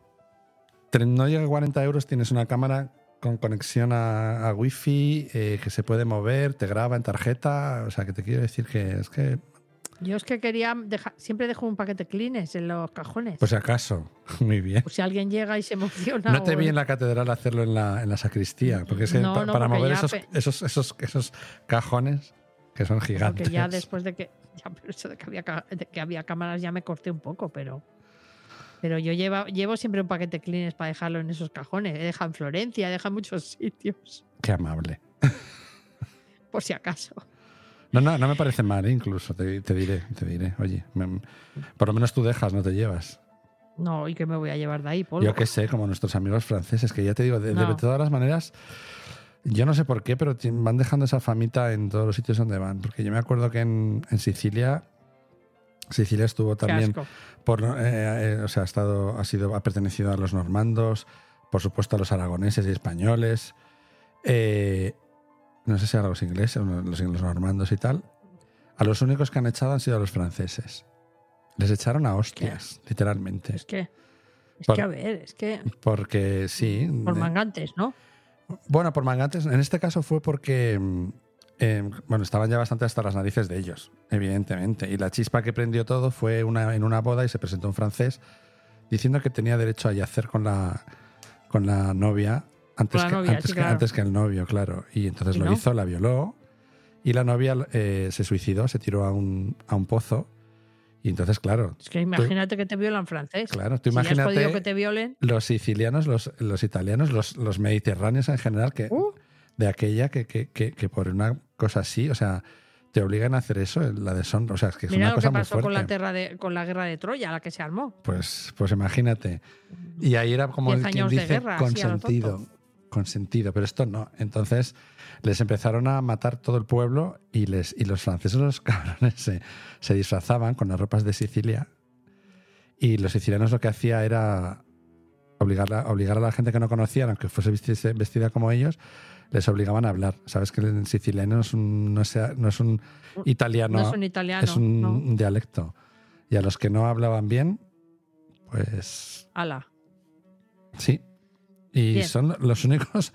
[SPEAKER 5] tre- no llega a 40 euros, tienes una cámara con conexión a, a wifi eh, que se puede mover, te graba en tarjeta. O sea, que te quiero decir que es que,
[SPEAKER 2] Yo es que quería dejar, siempre dejo un paquete clines en los cajones.
[SPEAKER 5] pues si acaso, muy bien.
[SPEAKER 2] Por si alguien llega y se emociona.
[SPEAKER 5] No te
[SPEAKER 2] o-
[SPEAKER 5] vi en la catedral hacerlo en la, en la sacristía, porque es que
[SPEAKER 2] No,
[SPEAKER 5] pa-
[SPEAKER 2] no,
[SPEAKER 5] para
[SPEAKER 2] porque
[SPEAKER 5] mover
[SPEAKER 2] ya
[SPEAKER 5] esos,
[SPEAKER 2] pe-
[SPEAKER 5] esos, esos, esos cajones que son gigantes.
[SPEAKER 2] Porque ya después de que. Ya, pero eso de que había, ca- de que había cámaras ya me corté un poco, pero. Pero yo lleva, llevo siempre un paquete Kleenex para dejarlo en esos cajones. He dejado en Florencia, he dejado en muchos sitios,
[SPEAKER 5] Qué amable.
[SPEAKER 2] por si acaso.
[SPEAKER 5] No, no, no me parece mal, ¿eh? incluso, te, te diré, te diré. Oye, me- por lo menos tú dejas, no te llevas.
[SPEAKER 2] No, ¿y qué me voy a llevar de ahí, polvo?
[SPEAKER 5] Yo qué sé, como nuestros amigos franceses, que ya te digo, de, de
[SPEAKER 2] No.
[SPEAKER 5] todas las maneras, yo no sé por qué, pero ti- van dejando esa famita en todos los sitios donde van. Porque yo me acuerdo que en, en Sicilia, Sicilia estuvo
[SPEAKER 2] Qué
[SPEAKER 5] también
[SPEAKER 2] asco.
[SPEAKER 5] por, eh, eh, o sea, ha, estado, ha, sido, ha pertenecido a los normandos, por supuesto a los aragoneses y españoles, eh, no sé si a los ingleses, o no, los, los normandos y tal. A los únicos que han echado han sido a los franceses. Les echaron a hostias, literalmente.
[SPEAKER 2] Es que, es
[SPEAKER 5] eh, Por-
[SPEAKER 2] que a ver, es que
[SPEAKER 5] Porque sí.
[SPEAKER 2] por
[SPEAKER 5] de-
[SPEAKER 2] mangantes, ¿no?
[SPEAKER 5] bueno, por mangantes. En este caso fue porque. mm, eh, bueno, estaban ya bastante hasta las narices de ellos, evidentemente. Y la chispa que prendió todo fue una, en una boda y se presentó un francés diciendo que tenía derecho a yacer con la, con la novia antes,
[SPEAKER 2] Con la
[SPEAKER 5] que,
[SPEAKER 2] novia,
[SPEAKER 5] antes,
[SPEAKER 2] sí,
[SPEAKER 5] que,
[SPEAKER 2] claro.
[SPEAKER 5] antes que el novio, claro. Y entonces
[SPEAKER 2] ¿Y
[SPEAKER 5] lo
[SPEAKER 2] no?
[SPEAKER 5] hizo, la violó y la novia eh, se suicidó, se tiró a un, a un pozo. Y entonces, claro,
[SPEAKER 2] Es que imagínate que te violan francés.
[SPEAKER 5] claro, tú
[SPEAKER 2] Si ya has podido
[SPEAKER 5] imagínate
[SPEAKER 2] que te violen,
[SPEAKER 5] los sicilianos, los, los italianos, los, los mediterráneos en general, que
[SPEAKER 2] Uh.
[SPEAKER 5] de aquella que, que- que- que por una cosa así, o sea, te obligan a hacer eso, la deshonra. O sea, es que es
[SPEAKER 2] mira
[SPEAKER 5] una
[SPEAKER 2] lo que
[SPEAKER 5] cosa muy
[SPEAKER 2] pasó
[SPEAKER 5] fuerte.
[SPEAKER 2] con la, tierra de, con la guerra de Troya, la que se armó.
[SPEAKER 5] Pues, pues imagínate. Y ahí era como
[SPEAKER 2] Diez
[SPEAKER 5] el quien
[SPEAKER 2] años de
[SPEAKER 5] dice
[SPEAKER 2] guerra, así a lo
[SPEAKER 5] consentido. Consentido, pero esto no. Entonces les empezaron a matar todo el pueblo y, les, y los franceses, los cabrones, se, se disfrazaban con las ropas de Sicilia. Y los sicilianos lo que hacía era obligar a, obligar a la gente que no conocían, aunque fuese vestiese- vestida como ellos, les obligaban a hablar. Sabes que el siciliano no es un, no sea- no es un italiano
[SPEAKER 2] No, es un italiano,
[SPEAKER 5] es un
[SPEAKER 2] Ah, no.
[SPEAKER 5] un dialecto. Y a los que no hablaban bien, pues
[SPEAKER 2] Ala.
[SPEAKER 5] sí. Y
[SPEAKER 2] Bien.
[SPEAKER 5] son los únicos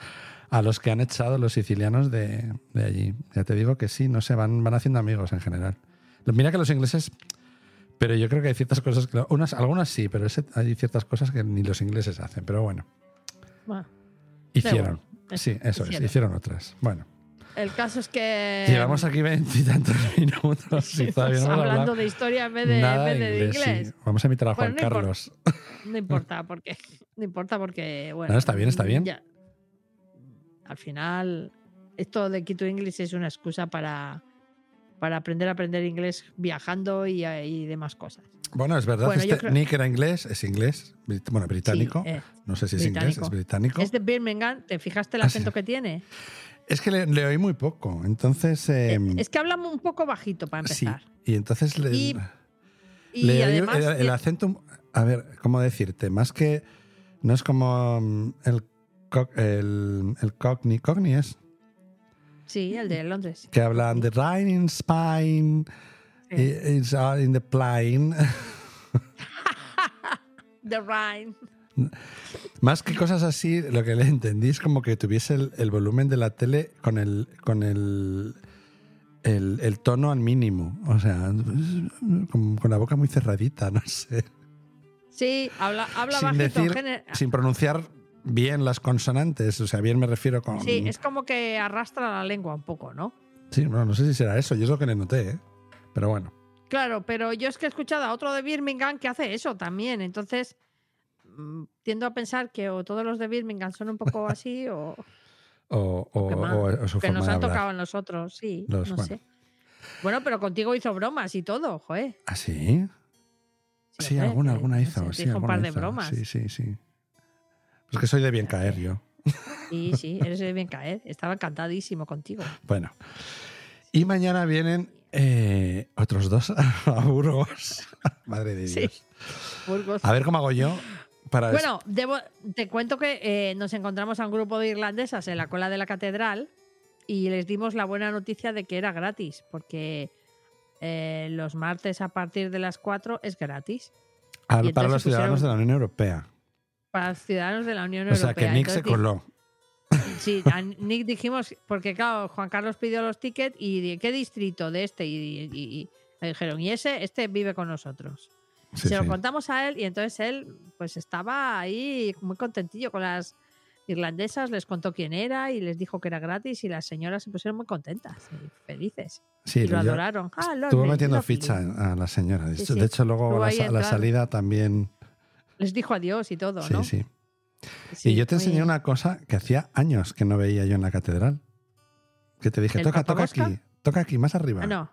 [SPEAKER 5] a los que han echado los sicilianos de, de allí. Ya te digo que sí, no sé, van, van haciendo amigos en general. Mira que los ingleses, pero yo creo que hay ciertas cosas, que, unas, algunas sí, pero ese- hay ciertas cosas que ni los ingleses hacen. Pero bueno,
[SPEAKER 2] Bueno,
[SPEAKER 5] hicieron.
[SPEAKER 2] es-
[SPEAKER 5] Sí, eso es,
[SPEAKER 2] hicieron. Eh,
[SPEAKER 5] hicieron otras. Bueno,
[SPEAKER 2] el caso es que.
[SPEAKER 5] llevamos aquí veintitantos minutos y todavía no hemos
[SPEAKER 2] hablando
[SPEAKER 5] hablado
[SPEAKER 2] de historia en vez de, en
[SPEAKER 5] nada
[SPEAKER 2] vez de de
[SPEAKER 5] sí.
[SPEAKER 2] inglés.
[SPEAKER 5] Vamos a invitar a Juan
[SPEAKER 2] Bueno, no importa.
[SPEAKER 5] Carlos.
[SPEAKER 2] No importa porque. No importa porque. Bueno,
[SPEAKER 5] No, está bien, está bien.
[SPEAKER 2] ya. Al final, esto de Quito English es una excusa para, para aprender a aprender inglés viajando y, y demás cosas.
[SPEAKER 5] Bueno, es verdad.
[SPEAKER 2] Bueno, yo
[SPEAKER 5] este
[SPEAKER 2] creo-
[SPEAKER 5] Nick era inglés, es inglés, brit- bueno, británico.
[SPEAKER 2] Sí, eh.
[SPEAKER 5] no sé si es inglés, es británico.
[SPEAKER 2] Es de Birmingham, ¿te fijaste el
[SPEAKER 5] Ah, sí.
[SPEAKER 2] acento que tiene?
[SPEAKER 5] Es que le, le oí muy poco, entonces... eh,
[SPEAKER 2] Es que habla un poco bajito para
[SPEAKER 5] sí,
[SPEAKER 2] empezar.
[SPEAKER 5] y entonces le,
[SPEAKER 2] Y- Y,
[SPEAKER 5] le oí
[SPEAKER 2] además.
[SPEAKER 5] el, el acento... A ver, ¿cómo decirte? Más que... No es como mm, el, co- el, el cockney, cockney es,
[SPEAKER 2] sí, el de Londres.
[SPEAKER 5] que hablan de rain in Spain,
[SPEAKER 2] Sí.
[SPEAKER 5] i- it's all in the plain.
[SPEAKER 2] The Rhine.
[SPEAKER 5] Más que cosas así, lo que le entendí es como que tuviese el, el volumen de la tele con el con el, el, el tono al mínimo. O sea, con, con la boca muy cerradita, no sé.
[SPEAKER 2] Sí, habla, habla
[SPEAKER 5] sin
[SPEAKER 2] bajito.
[SPEAKER 5] decir,
[SPEAKER 2] gener-
[SPEAKER 5] sin pronunciar bien las consonantes. O sea, bien me refiero con.
[SPEAKER 2] Sí, es como que arrastra la lengua un poco, ¿no?
[SPEAKER 5] Sí, bueno, no sé si será eso, yo es lo que le noté, ¿eh? Pero bueno.
[SPEAKER 2] Claro, pero yo es que he escuchado a otro de Birmingham que hace eso también. Entonces, mm, tiendo a pensar que o todos los de Birmingham son un poco así o,
[SPEAKER 5] O, o-
[SPEAKER 2] que, más,
[SPEAKER 5] o- o su
[SPEAKER 2] que
[SPEAKER 5] forma
[SPEAKER 2] nos
[SPEAKER 5] de
[SPEAKER 2] han
[SPEAKER 5] Pues hablar.
[SPEAKER 2] tocado a nosotros, sí,
[SPEAKER 5] Los-
[SPEAKER 2] no
[SPEAKER 5] bueno.
[SPEAKER 2] sé. Bueno, pero contigo hizo bromas y todo, joder.
[SPEAKER 5] ¿Ah, sí? Sí,
[SPEAKER 2] hombre, eh,
[SPEAKER 5] alguna,
[SPEAKER 2] que-
[SPEAKER 5] alguna
[SPEAKER 2] no
[SPEAKER 5] hizo.
[SPEAKER 2] sé,
[SPEAKER 5] sí,
[SPEAKER 2] dijo un
[SPEAKER 5] alguna
[SPEAKER 2] par de
[SPEAKER 5] hizo.
[SPEAKER 2] bromas.
[SPEAKER 5] Sí, sí, sí. Pues que soy de bien caer yo.
[SPEAKER 2] Sí, sí, eres de bien caer. Estaba encantadísimo contigo.
[SPEAKER 5] Bueno. Y mañana vienen eh, otros dos a Burgos. Madre de Dios.
[SPEAKER 2] Sí. Burgos.
[SPEAKER 5] A ver cómo hago yo para... des-
[SPEAKER 2] Bueno, debo- te cuento que eh, nos encontramos a un grupo de irlandesas en la cola de la catedral y les dimos la buena noticia de que era gratis, porque eh, los martes a partir de las 4 es gratis
[SPEAKER 5] a- para
[SPEAKER 2] y
[SPEAKER 5] los
[SPEAKER 2] entonces pusieron-
[SPEAKER 5] ciudadanos de la Unión Europea.
[SPEAKER 2] para los ciudadanos de la Unión
[SPEAKER 5] o sea,
[SPEAKER 2] Europea.
[SPEAKER 5] que Nick se
[SPEAKER 2] Entonces,
[SPEAKER 5] coló.
[SPEAKER 2] Sí, a Nick dijimos, porque claro, Juan Carlos pidió los tickets y de qué distrito de este y, y- y- y dijeron, y ese, este vive con nosotros.
[SPEAKER 5] Sí,
[SPEAKER 2] se lo
[SPEAKER 5] sí.
[SPEAKER 2] contamos a él y entonces él pues estaba ahí muy contentillo con las irlandesas, les contó quién era y les dijo que era gratis y las señoras se pusieron muy contentas y felices.
[SPEAKER 5] Sí,
[SPEAKER 2] y lo
[SPEAKER 5] yo-
[SPEAKER 2] adoraron. Ah,
[SPEAKER 5] Estuvo
[SPEAKER 2] lovely,
[SPEAKER 5] metiendo
[SPEAKER 2] lovely.
[SPEAKER 5] ficha ¿eh? a la señora. De
[SPEAKER 2] Sí,
[SPEAKER 5] hecho,
[SPEAKER 2] sí.
[SPEAKER 5] de hecho, luego
[SPEAKER 2] Luego
[SPEAKER 5] a la,
[SPEAKER 2] ahí
[SPEAKER 5] sa- a la
[SPEAKER 2] entraron.
[SPEAKER 5] salida también...
[SPEAKER 2] Les dijo adiós y todo,
[SPEAKER 5] sí,
[SPEAKER 2] ¿no?
[SPEAKER 5] sí.
[SPEAKER 2] Sí,
[SPEAKER 5] y yo te
[SPEAKER 2] muy-
[SPEAKER 5] enseñé una cosa que hacía años que no veía yo en la catedral. Que te dije,
[SPEAKER 2] ¿El
[SPEAKER 5] toca, toca
[SPEAKER 2] papabosca?
[SPEAKER 5] aquí. Toca aquí, más arriba.
[SPEAKER 2] Ah, no.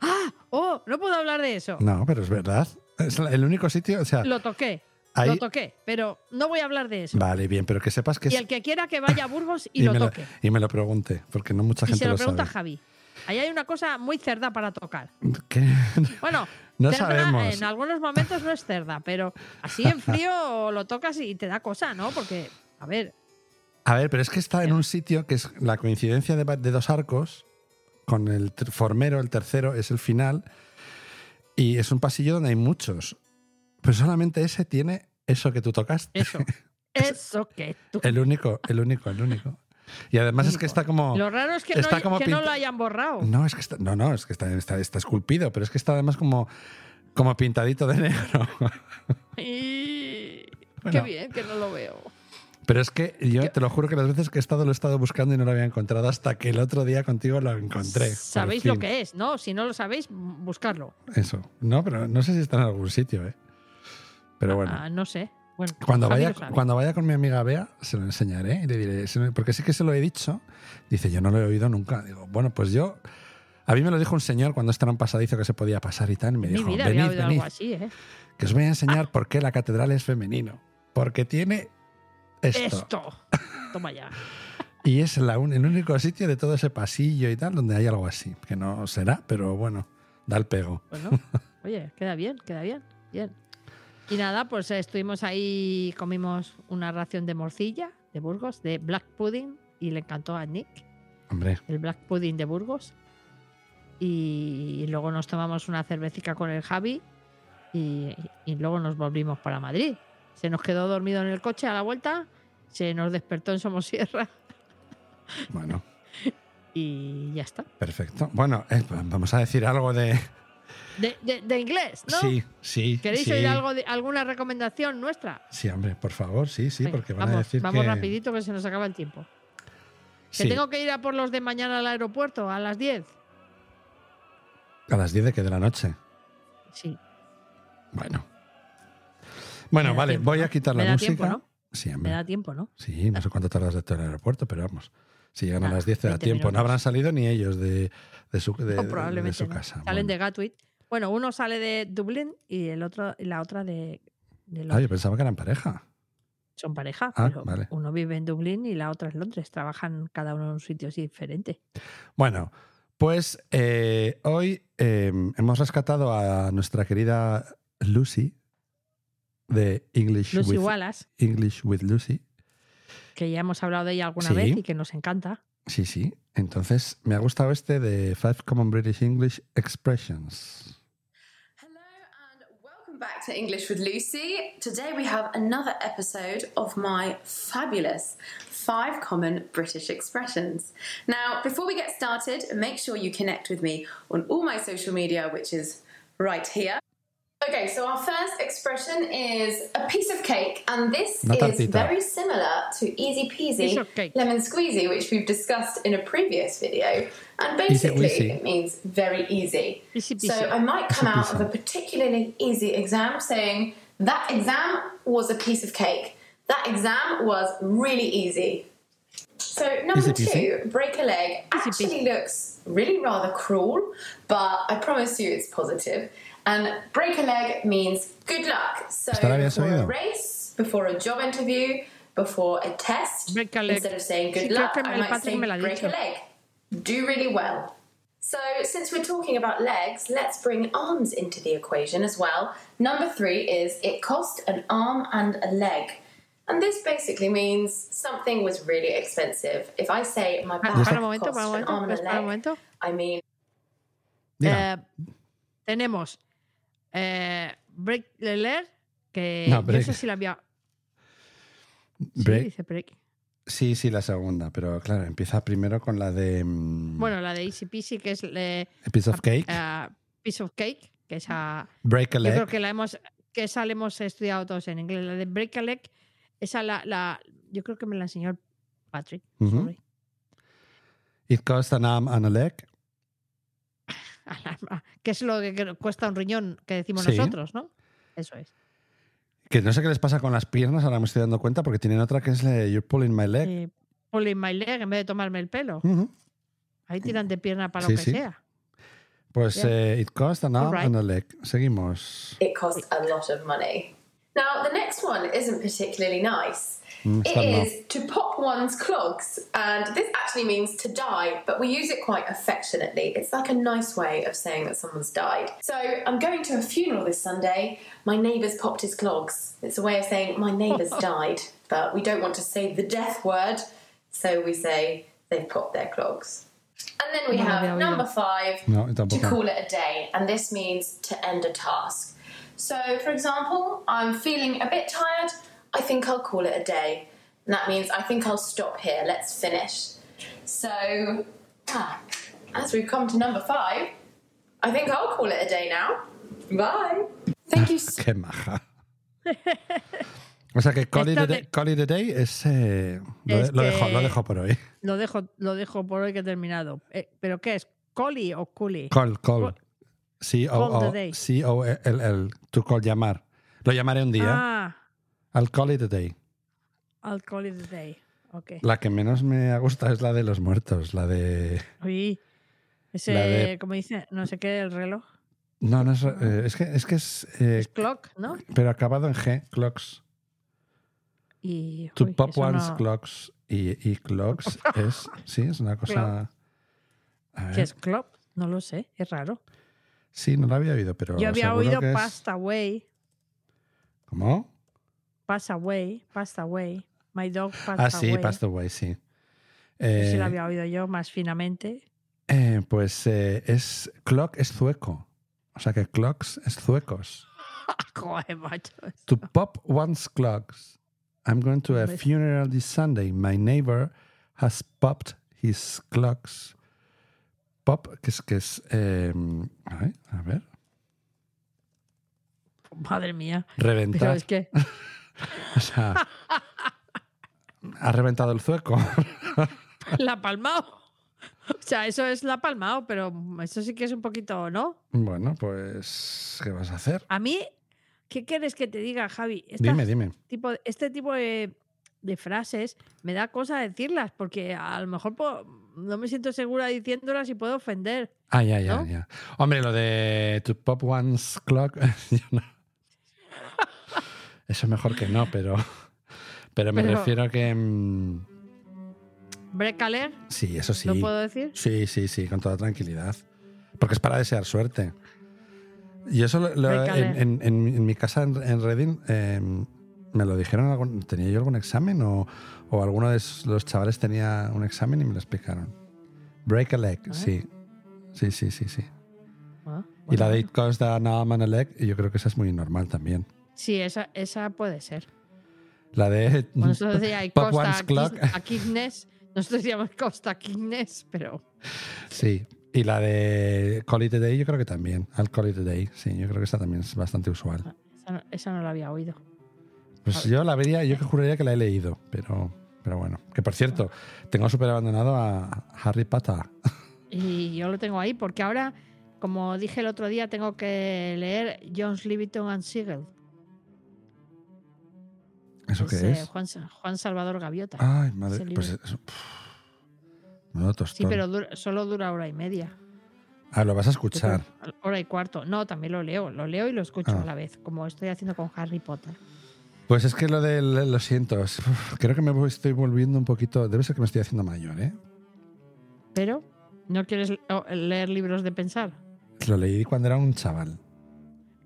[SPEAKER 2] ¡Ah! ¡Oh! No puedo hablar de eso.
[SPEAKER 5] No, pero es verdad. Es la- el único sitio, o sea,
[SPEAKER 2] Lo toqué. Lo
[SPEAKER 5] ahí...
[SPEAKER 2] toqué. Pero no voy a hablar de eso.
[SPEAKER 5] Vale, bien, pero que sepas que
[SPEAKER 2] y
[SPEAKER 5] es-
[SPEAKER 2] el que quiera que vaya a Burgos y,
[SPEAKER 5] y
[SPEAKER 2] lo
[SPEAKER 5] me lo,
[SPEAKER 2] toque.
[SPEAKER 5] y me lo pregunte, porque no mucha
[SPEAKER 2] Y
[SPEAKER 5] gente
[SPEAKER 2] se lo
[SPEAKER 5] lo sabe.
[SPEAKER 2] pregunta a Javi. Ahí hay una cosa muy cerda para tocar.
[SPEAKER 5] ¿Qué?
[SPEAKER 2] Bueno,
[SPEAKER 5] No
[SPEAKER 2] cerda
[SPEAKER 5] sabemos.
[SPEAKER 2] en algunos momentos no es cerda, pero así en frío lo tocas y te da cosa, ¿no? Porque, a ver,
[SPEAKER 5] A ver, pero es que está en un sitio que es la coincidencia de, va- de dos arcos, con el ter- formero, el tercero es el final, y es un pasillo donde hay muchos. Pero solamente ese tiene eso que tú tocaste.
[SPEAKER 2] eso. eso que tú.
[SPEAKER 5] El único, el único, el único. Y además es que está como...
[SPEAKER 2] Lo raro es que,
[SPEAKER 5] está
[SPEAKER 2] no,
[SPEAKER 5] como
[SPEAKER 2] que no
[SPEAKER 5] pinta-
[SPEAKER 2] lo hayan borrado.
[SPEAKER 5] No, es que está, no, no, es que está, está, está esculpido, pero es que está además como, como pintadito de negro.
[SPEAKER 2] Y- Qué
[SPEAKER 5] Bueno.
[SPEAKER 2] bien que no lo veo.
[SPEAKER 5] Pero es que yo te lo juro que las veces que he estado lo he estado buscando y no lo había encontrado hasta que el otro día contigo lo encontré. por
[SPEAKER 2] Sabéis lo
[SPEAKER 5] fin.
[SPEAKER 2] que es, ¿no? Si no lo sabéis, buscarlo.
[SPEAKER 5] Eso. No, pero no sé si está en algún sitio, ¿eh? Pero bueno.
[SPEAKER 2] no sé. Bueno,
[SPEAKER 5] Cuando
[SPEAKER 2] Javi
[SPEAKER 5] vaya,
[SPEAKER 2] Ah, lo sabe.
[SPEAKER 5] cuando vaya con mi amiga Bea, se lo enseñaré y le diré, se me- porque sí que se lo he dicho. Dice, yo no lo he oído nunca. Digo, bueno, pues yo. A mí me lo dijo un señor cuando estaba en un pasadizo que se podía pasar y tal. Y me
[SPEAKER 2] Ni
[SPEAKER 5] dijo,
[SPEAKER 2] vida había
[SPEAKER 5] venid,
[SPEAKER 2] oído
[SPEAKER 5] venid,
[SPEAKER 2] algo así, ¿eh?
[SPEAKER 5] que os voy a enseñar por qué la catedral es femenino. Porque tiene esto.
[SPEAKER 2] Esto. Toma ya.
[SPEAKER 5] Y es la un- el único sitio de todo ese pasillo y tal donde hay algo así. Que no será, pero bueno, da el pego.
[SPEAKER 2] Bueno, oye, queda bien, queda bien, bien. Y nada, pues eh, estuvimos ahí, comimos una ración de morcilla de Burgos, de black pudding, y le encantó a Nick,
[SPEAKER 5] Hombre,
[SPEAKER 2] el black pudding de Burgos. Y luego nos tomamos una cervecita con el Javi y, y luego nos volvimos para Madrid. Se nos quedó dormido en el coche a la vuelta, se nos despertó en Somosierra
[SPEAKER 5] bueno.
[SPEAKER 2] y ya está.
[SPEAKER 5] Perfecto. Bueno, eh, vamos a decir algo de.
[SPEAKER 2] De, de- de inglés, ¿no?
[SPEAKER 5] Sí, sí.
[SPEAKER 2] ¿Queréis
[SPEAKER 5] sí.
[SPEAKER 2] oír algo de- alguna recomendación nuestra?
[SPEAKER 5] Sí, hombre, por favor, sí, sí,
[SPEAKER 2] Venga,
[SPEAKER 5] porque van
[SPEAKER 2] vamos,
[SPEAKER 5] a decir
[SPEAKER 2] vamos
[SPEAKER 5] que.
[SPEAKER 2] rapidito que se nos acaba el tiempo.
[SPEAKER 5] Sí,
[SPEAKER 2] Que tengo que ir a por los de mañana al aeropuerto a las 10.
[SPEAKER 5] A las 10 de que de la noche.
[SPEAKER 2] Sí.
[SPEAKER 5] Bueno. Bueno,
[SPEAKER 2] Me da
[SPEAKER 5] vale,
[SPEAKER 2] tiempo,
[SPEAKER 5] voy
[SPEAKER 2] ¿no?
[SPEAKER 5] a quitar la
[SPEAKER 2] Me da
[SPEAKER 5] música.
[SPEAKER 2] tiempo, ¿no?
[SPEAKER 5] Sí,
[SPEAKER 2] Me
[SPEAKER 5] hombre.
[SPEAKER 2] da tiempo, ¿no?
[SPEAKER 5] Sí, no sé cuánto tardas de estar en el aeropuerto, pero vamos. Si llegan
[SPEAKER 2] Nada,
[SPEAKER 5] a las 10 te da
[SPEAKER 2] 20
[SPEAKER 5] tiempo. No
[SPEAKER 2] minutos.
[SPEAKER 5] habrán salido ni ellos de, de su, de,
[SPEAKER 2] No,
[SPEAKER 5] de-
[SPEAKER 2] probablemente.
[SPEAKER 5] de su
[SPEAKER 2] no.
[SPEAKER 5] casa.
[SPEAKER 2] Salen de
[SPEAKER 5] Bueno.
[SPEAKER 2] Gatwick. Bueno, uno sale de Dublín y el otro y la otra de, de
[SPEAKER 5] Ah,
[SPEAKER 2] Londres.
[SPEAKER 5] yo pensaba que eran pareja.
[SPEAKER 2] Son pareja,
[SPEAKER 5] Ah,
[SPEAKER 2] pero
[SPEAKER 5] vale.
[SPEAKER 2] uno vive en Dublín y la otra en Londres. Trabajan cada uno en un sitio así diferente.
[SPEAKER 5] Bueno, pues eh, hoy eh, hemos rescatado a nuestra querida Lucy de English,
[SPEAKER 2] Lucy
[SPEAKER 5] with,
[SPEAKER 2] Wallace,
[SPEAKER 5] English with Lucy.
[SPEAKER 2] que ya hemos hablado de ella alguna
[SPEAKER 5] Sí.
[SPEAKER 2] vez y que nos encanta.
[SPEAKER 5] Sí, sí. Entonces, me ha gustado este de Five Common British English Expressions.
[SPEAKER 3] Hello and welcome back to English with Lucy. Today we have another episode of my fabulous five common British expressions. Now, before we get started, make sure you connect with me on all my social media, which is right here. Okay, so our first expression is a piece of cake, and this
[SPEAKER 5] Una
[SPEAKER 3] is
[SPEAKER 5] tartita.
[SPEAKER 3] very similar to easy
[SPEAKER 2] Piece
[SPEAKER 3] peasy
[SPEAKER 2] of cake.
[SPEAKER 3] lemon squeezy, which we've discussed in a previous video. And
[SPEAKER 5] Easy
[SPEAKER 3] basically,
[SPEAKER 5] peasy.
[SPEAKER 3] it means very easy.
[SPEAKER 2] Easy
[SPEAKER 3] so
[SPEAKER 2] peasy.
[SPEAKER 3] I might come
[SPEAKER 5] Easy
[SPEAKER 3] out of
[SPEAKER 5] peasy.
[SPEAKER 3] a particularly easy exam saying, That exam was a piece of cake. That exam was really easy. So, number
[SPEAKER 5] Easy
[SPEAKER 3] two,
[SPEAKER 5] peasy.
[SPEAKER 3] break a
[SPEAKER 2] Easy
[SPEAKER 3] leg
[SPEAKER 2] peasy.
[SPEAKER 3] actually looks really rather cruel, but I promise you it's positive. And break a leg means good luck. So,
[SPEAKER 5] Estará bien
[SPEAKER 3] before a
[SPEAKER 5] sabido.
[SPEAKER 3] race, before a job interview, before a test,
[SPEAKER 2] Break a leg.
[SPEAKER 3] instead of saying
[SPEAKER 2] Sí,
[SPEAKER 3] good
[SPEAKER 2] creo
[SPEAKER 3] luck,
[SPEAKER 2] que
[SPEAKER 3] I
[SPEAKER 2] el
[SPEAKER 3] might
[SPEAKER 2] Patrick
[SPEAKER 3] say
[SPEAKER 2] me la ha
[SPEAKER 3] break a
[SPEAKER 2] dicho.
[SPEAKER 3] leg. Do really well. So, since we're talking about legs, let's bring arms into the equation as well. Number three is it cost an arm and a leg. And this basically means something was really expensive. If I say
[SPEAKER 2] Pa-
[SPEAKER 3] my back
[SPEAKER 2] Para Ah, un momento,
[SPEAKER 3] cost
[SPEAKER 2] para un
[SPEAKER 3] an arm
[SPEAKER 2] momento,
[SPEAKER 3] and a
[SPEAKER 2] para un
[SPEAKER 3] leg,
[SPEAKER 2] momento.
[SPEAKER 3] I mean
[SPEAKER 5] Diga.
[SPEAKER 2] Eh, tenemos eh, Break the Leg, que
[SPEAKER 5] No,
[SPEAKER 2] yo
[SPEAKER 5] break.
[SPEAKER 2] no sé si la había. Sí,
[SPEAKER 5] Break-
[SPEAKER 2] dice break.
[SPEAKER 5] Sí, sí, la segunda, pero claro, empieza primero con la de mm,
[SPEAKER 2] Bueno, la de Easy Peasy, que es eh,
[SPEAKER 5] A Piece of Cake,
[SPEAKER 2] eh, Piece of Cake, que esa.
[SPEAKER 5] Break a
[SPEAKER 2] Yo creo
[SPEAKER 5] Leg.
[SPEAKER 2] que la hemos, que esa la hemos estudiado todos en inglés. La de Break a Leg, esa la, la- yo creo que me la enseñó el Patrick.
[SPEAKER 5] Ujú.
[SPEAKER 2] sorry.
[SPEAKER 5] It cost an arm and a leg.
[SPEAKER 2] Alarma. que es lo que que cuesta un riñón que decimos
[SPEAKER 5] Sí.
[SPEAKER 2] nosotros, ¿no? Eso es.
[SPEAKER 5] Que no sé qué les pasa con las piernas, ahora me estoy dando cuenta, porque tienen otra que es la de You're pulling my leg.
[SPEAKER 2] Eh, pulling my leg en vez de tomarme el pelo.
[SPEAKER 5] Ujú.
[SPEAKER 2] Ahí tiran de pierna para
[SPEAKER 5] Sí,
[SPEAKER 2] lo que
[SPEAKER 5] sí.
[SPEAKER 2] sea.
[SPEAKER 5] Pues
[SPEAKER 2] Bien.
[SPEAKER 5] eh, it cost an arm
[SPEAKER 2] Alright.
[SPEAKER 5] and a leg. Seguimos.
[SPEAKER 3] It cost a lot of money. Now, the next one isn't particularly nice.
[SPEAKER 5] Mm,
[SPEAKER 3] It
[SPEAKER 5] sad no.
[SPEAKER 3] is to pop one's clogs, and this actually means to die, but we use it quite affectionately. It's like a nice way of saying that someone's died. So, I'm going to a funeral this Sunday. My neighbour's popped his clogs. It's a way of saying my neighbour's died, but we don't want to say the death word, so we say they've popped their clogs. And then we
[SPEAKER 2] No,
[SPEAKER 3] have
[SPEAKER 2] había oído.
[SPEAKER 3] number five
[SPEAKER 5] No,
[SPEAKER 3] to
[SPEAKER 5] tampoco.
[SPEAKER 3] call it a day, and this means to end a task. So, for example, I'm feeling a bit tired, I think I'll call it a day. And that means I think I'll stop here, let's finish. So, ah, as we've come to number five, I think I'll call it a day now. Bye. Thank you so
[SPEAKER 5] Qué maja. O sea que call it, a day,
[SPEAKER 2] Esto de- Este
[SPEAKER 5] call it a day es. eh, lo, de-
[SPEAKER 2] Es
[SPEAKER 5] lo dejo,
[SPEAKER 2] que-
[SPEAKER 5] lo dejo por hoy.
[SPEAKER 2] Lo dejo, lo dejo por hoy que he terminado. Eh, ¿Pero qué es? ¿Coli o culi?
[SPEAKER 5] Call, call.
[SPEAKER 2] Call-
[SPEAKER 5] C-O-O-
[SPEAKER 2] Call the day.
[SPEAKER 5] C-O-L-L. E To call, llamar. Lo llamaré un día.
[SPEAKER 2] Ah,
[SPEAKER 5] Al call it a day.
[SPEAKER 2] I'll call it a day. Ok.
[SPEAKER 5] La que menos me ha gustado es la de los muertos. La de.
[SPEAKER 2] Uy, ese,
[SPEAKER 5] La de-
[SPEAKER 2] como dice, no sé qué, el reloj.
[SPEAKER 5] No, no es. eh, es que es. Que es, eh,
[SPEAKER 2] Es clock, ¿no?
[SPEAKER 5] pero acabado en G, clocks.
[SPEAKER 2] Y,
[SPEAKER 5] To
[SPEAKER 2] uy,
[SPEAKER 5] pop
[SPEAKER 2] eso
[SPEAKER 5] one's
[SPEAKER 2] no-
[SPEAKER 5] clocks y, y clocks es. Sí, es una cosa. A ver,
[SPEAKER 2] ¿Qué es clock? No lo sé, es raro.
[SPEAKER 5] Sí, no lo había oído, pero.
[SPEAKER 2] Yo había
[SPEAKER 5] seguro
[SPEAKER 2] oído
[SPEAKER 5] que es-
[SPEAKER 2] past away,
[SPEAKER 5] ¿Cómo?
[SPEAKER 2] pass away, pass away. My dog passed
[SPEAKER 5] Ah, sí,
[SPEAKER 2] away.
[SPEAKER 5] Passed Away, sí.
[SPEAKER 2] Eso sí
[SPEAKER 5] Eh,
[SPEAKER 2] lo había oído yo más finamente.
[SPEAKER 5] eh, pues eh, es clock es zueco. O sea que clocks es zuecos.
[SPEAKER 2] Joder, macho. es-
[SPEAKER 5] To pop one's clocks. I'm going to a
[SPEAKER 2] Hombre.
[SPEAKER 5] funeral this Sunday. My neighbor has popped his clocks. Pop, que es que es. eh, a ver, a ver.
[SPEAKER 2] Madre mía. Pero
[SPEAKER 5] Reventar.
[SPEAKER 2] es que
[SPEAKER 5] O sea. ha reventado el zueco.
[SPEAKER 2] la palmao. O sea, eso es la palmao, pero eso sí que es un poquito, ¿no?
[SPEAKER 5] bueno, pues. ¿Qué vas a hacer?
[SPEAKER 2] A mí, ¿qué quieres que te diga, Javi? Estas-
[SPEAKER 5] Dime, dime.
[SPEAKER 2] tipo, este tipo de, de frases me da cosa decirlas, porque a lo mejor po- no me siento segura diciéndolas y puedo ofender.
[SPEAKER 5] Ah, ya, ya,
[SPEAKER 2] ¿no?
[SPEAKER 5] ya. Hombre, lo de to pop one's clock, yo no. Eso mejor que no, pero, pero me
[SPEAKER 2] Pero-
[SPEAKER 5] refiero a que... mm,
[SPEAKER 2] Brecaler,
[SPEAKER 5] sí, eso sí.
[SPEAKER 2] ¿lo puedo decir?
[SPEAKER 5] Sí, sí, sí, con toda tranquilidad. Porque es para desear suerte. Y eso lo- lo-
[SPEAKER 2] Recalé.
[SPEAKER 5] en, en- en- en mi casa en, en Reading eh, me lo dijeron, algún- tenía yo algún examen o, o alguno de s- los chavales tenía un examen y me lo explicaron. Break a leg,
[SPEAKER 2] Ah.
[SPEAKER 5] sí. Sí, sí, sí, sí.
[SPEAKER 2] Ah,
[SPEAKER 5] Y la
[SPEAKER 2] bueno.
[SPEAKER 5] de It Cost an Arm and a Leg, yo creo que esa es muy normal también.
[SPEAKER 2] Sí, esa, esa puede ser.
[SPEAKER 5] La de
[SPEAKER 2] Bueno, nosotros decíamos
[SPEAKER 5] Pop
[SPEAKER 2] Costa
[SPEAKER 5] One's
[SPEAKER 2] a
[SPEAKER 5] Mm, Clock,
[SPEAKER 2] Kid- a Kidness. Nosotros decíamos Costa Kidness, pero
[SPEAKER 5] sí. Y la de Call It a Day, yo creo que también. Al Call It a Day, sí, yo creo que esa también es bastante usual.
[SPEAKER 2] Ah, esa no, esa no la había oído.
[SPEAKER 5] Pues yo la vería, yo que juraría que la he leído, pero, pero bueno. Que por cierto, tengo súper abandonado a Harry Potter.
[SPEAKER 2] Y yo lo tengo ahí porque ahora, como dije el otro día, tengo que leer Jones, Livingston and Siegel.
[SPEAKER 5] ¿Eso qué
[SPEAKER 2] Es, eh,
[SPEAKER 5] es?
[SPEAKER 2] Juan, Sa- Juan Salvador Gaviota.
[SPEAKER 5] Ay, madre.
[SPEAKER 2] ese
[SPEAKER 5] Pues
[SPEAKER 2] libro.
[SPEAKER 5] eso. pff, menudo
[SPEAKER 2] sí,
[SPEAKER 5] tostón.
[SPEAKER 2] pero dura- solo dura hora y media.
[SPEAKER 5] Ah, lo vas a escuchar.
[SPEAKER 2] Hora y cuarto. No, también lo leo. Lo leo y lo escucho
[SPEAKER 5] Ah.
[SPEAKER 2] a la vez, como estoy haciendo con Harry Potter.
[SPEAKER 5] Pues es que lo del. Lo siento. uf, Creo que me voy- estoy volviendo un poquito. Debe ser que me estoy haciendo mayor, ¿eh?
[SPEAKER 2] Pero, ¿no quieres le- o- leer libros de pensar?
[SPEAKER 5] Lo leí cuando era un chaval.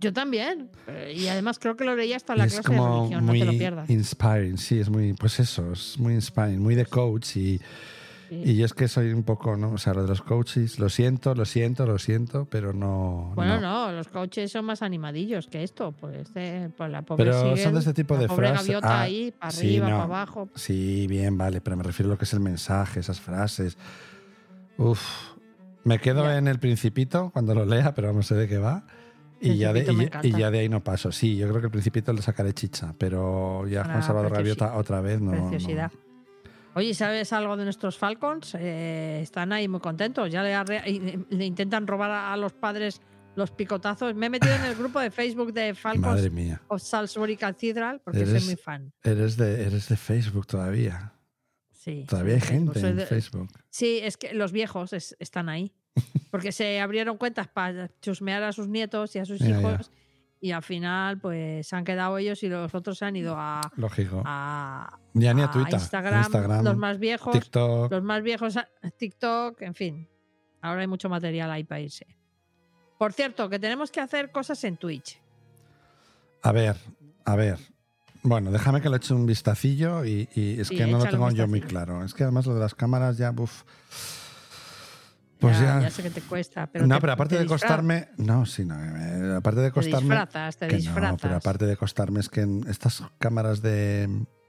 [SPEAKER 2] Yo también. Eh, Y además creo que lo leí hasta la
[SPEAKER 5] Y es
[SPEAKER 2] clase de
[SPEAKER 5] como
[SPEAKER 2] religión,
[SPEAKER 5] muy
[SPEAKER 2] no te lo pierdas.
[SPEAKER 5] inspiring, sí, es muy, pues eso, es muy inspiring, muy de coach y,
[SPEAKER 2] Sí.
[SPEAKER 5] y yo es que soy un poco, ¿no? O sea, lo de los coaches, lo siento, lo siento, lo siento, pero no...
[SPEAKER 2] Bueno,
[SPEAKER 5] no.
[SPEAKER 2] no. los coaches son más animadillos que esto. Pues, este, pues la pobre
[SPEAKER 5] Pero
[SPEAKER 2] Siegel,
[SPEAKER 5] son de este tipo
[SPEAKER 2] la
[SPEAKER 5] de
[SPEAKER 2] pobre
[SPEAKER 5] frases.
[SPEAKER 2] gaviota
[SPEAKER 5] Ah,
[SPEAKER 2] ahí, para
[SPEAKER 5] sí,
[SPEAKER 2] arriba,
[SPEAKER 5] no.
[SPEAKER 2] para abajo.
[SPEAKER 5] Sí, bien, vale, pero me refiero a lo que es el mensaje, esas frases. Uf, me quedo
[SPEAKER 2] Ya.
[SPEAKER 5] en el principito cuando lo lea, pero no sé de qué va. Y ya de,
[SPEAKER 2] Principito me
[SPEAKER 5] y- y,
[SPEAKER 2] encanta.
[SPEAKER 5] ya de ahí no paso. Sí, yo creo que el principito le sacaré chicha, pero ya
[SPEAKER 2] Una
[SPEAKER 5] Juan Salvador
[SPEAKER 2] Ah, preciosi-
[SPEAKER 5] Gaviota otra vez no. no.
[SPEAKER 2] Preciosidad. Oye, ¿sabes algo de nuestros Falcons? Eh, están ahí muy contentos. Ya le, arre- y- eh, le intentan robar a a los padres los picotazos. Me he metido en el grupo de Facebook de
[SPEAKER 5] Madre
[SPEAKER 2] Falcons
[SPEAKER 5] mía.
[SPEAKER 2] of Salisbury Cathedral porque soy
[SPEAKER 5] Eres-
[SPEAKER 2] muy fan.
[SPEAKER 5] Eres de, eres de Facebook todavía.
[SPEAKER 2] Sí.
[SPEAKER 5] Todavía hay
[SPEAKER 2] Sí,
[SPEAKER 5] gente
[SPEAKER 2] pues es
[SPEAKER 5] en
[SPEAKER 2] de-
[SPEAKER 5] Facebook.
[SPEAKER 2] Sí, es que los viejos es- están ahí. Porque se abrieron cuentas para chusmear a sus nietos y a sus
[SPEAKER 5] Ya, ya.
[SPEAKER 2] hijos. Y al final, pues se han quedado ellos y los otros se han ido a,
[SPEAKER 5] Lógico.
[SPEAKER 2] a-
[SPEAKER 5] ya ni
[SPEAKER 2] a
[SPEAKER 5] a Twitter.
[SPEAKER 2] Ah, Instagram,
[SPEAKER 5] Instagram,
[SPEAKER 2] Los más viejos,
[SPEAKER 5] TikTok.
[SPEAKER 2] los más viejos, a- TikTok, en fin. Ahora hay mucho material ahí para irse. Por cierto, que tenemos que hacer cosas en Twitch.
[SPEAKER 5] A ver, a ver. Bueno, déjame que le eche un vistacillo y, y es
[SPEAKER 2] Sí,
[SPEAKER 5] que no lo
[SPEAKER 2] échale un
[SPEAKER 5] tengo yo muy
[SPEAKER 2] vistacillo.
[SPEAKER 5] claro. Es que además lo de las cámaras ya, buf. Pues ya.
[SPEAKER 2] sé que te cuesta. Pero
[SPEAKER 5] no,
[SPEAKER 2] te-
[SPEAKER 5] pero aparte
[SPEAKER 2] te
[SPEAKER 5] de
[SPEAKER 2] disfra-
[SPEAKER 5] costarme. No, sí, no. eh, aparte de
[SPEAKER 2] Te
[SPEAKER 5] costarme.
[SPEAKER 2] disfrazas, te
[SPEAKER 5] que
[SPEAKER 2] disfrazas.
[SPEAKER 5] no, pero aparte de costarme, es que en estas cámaras de.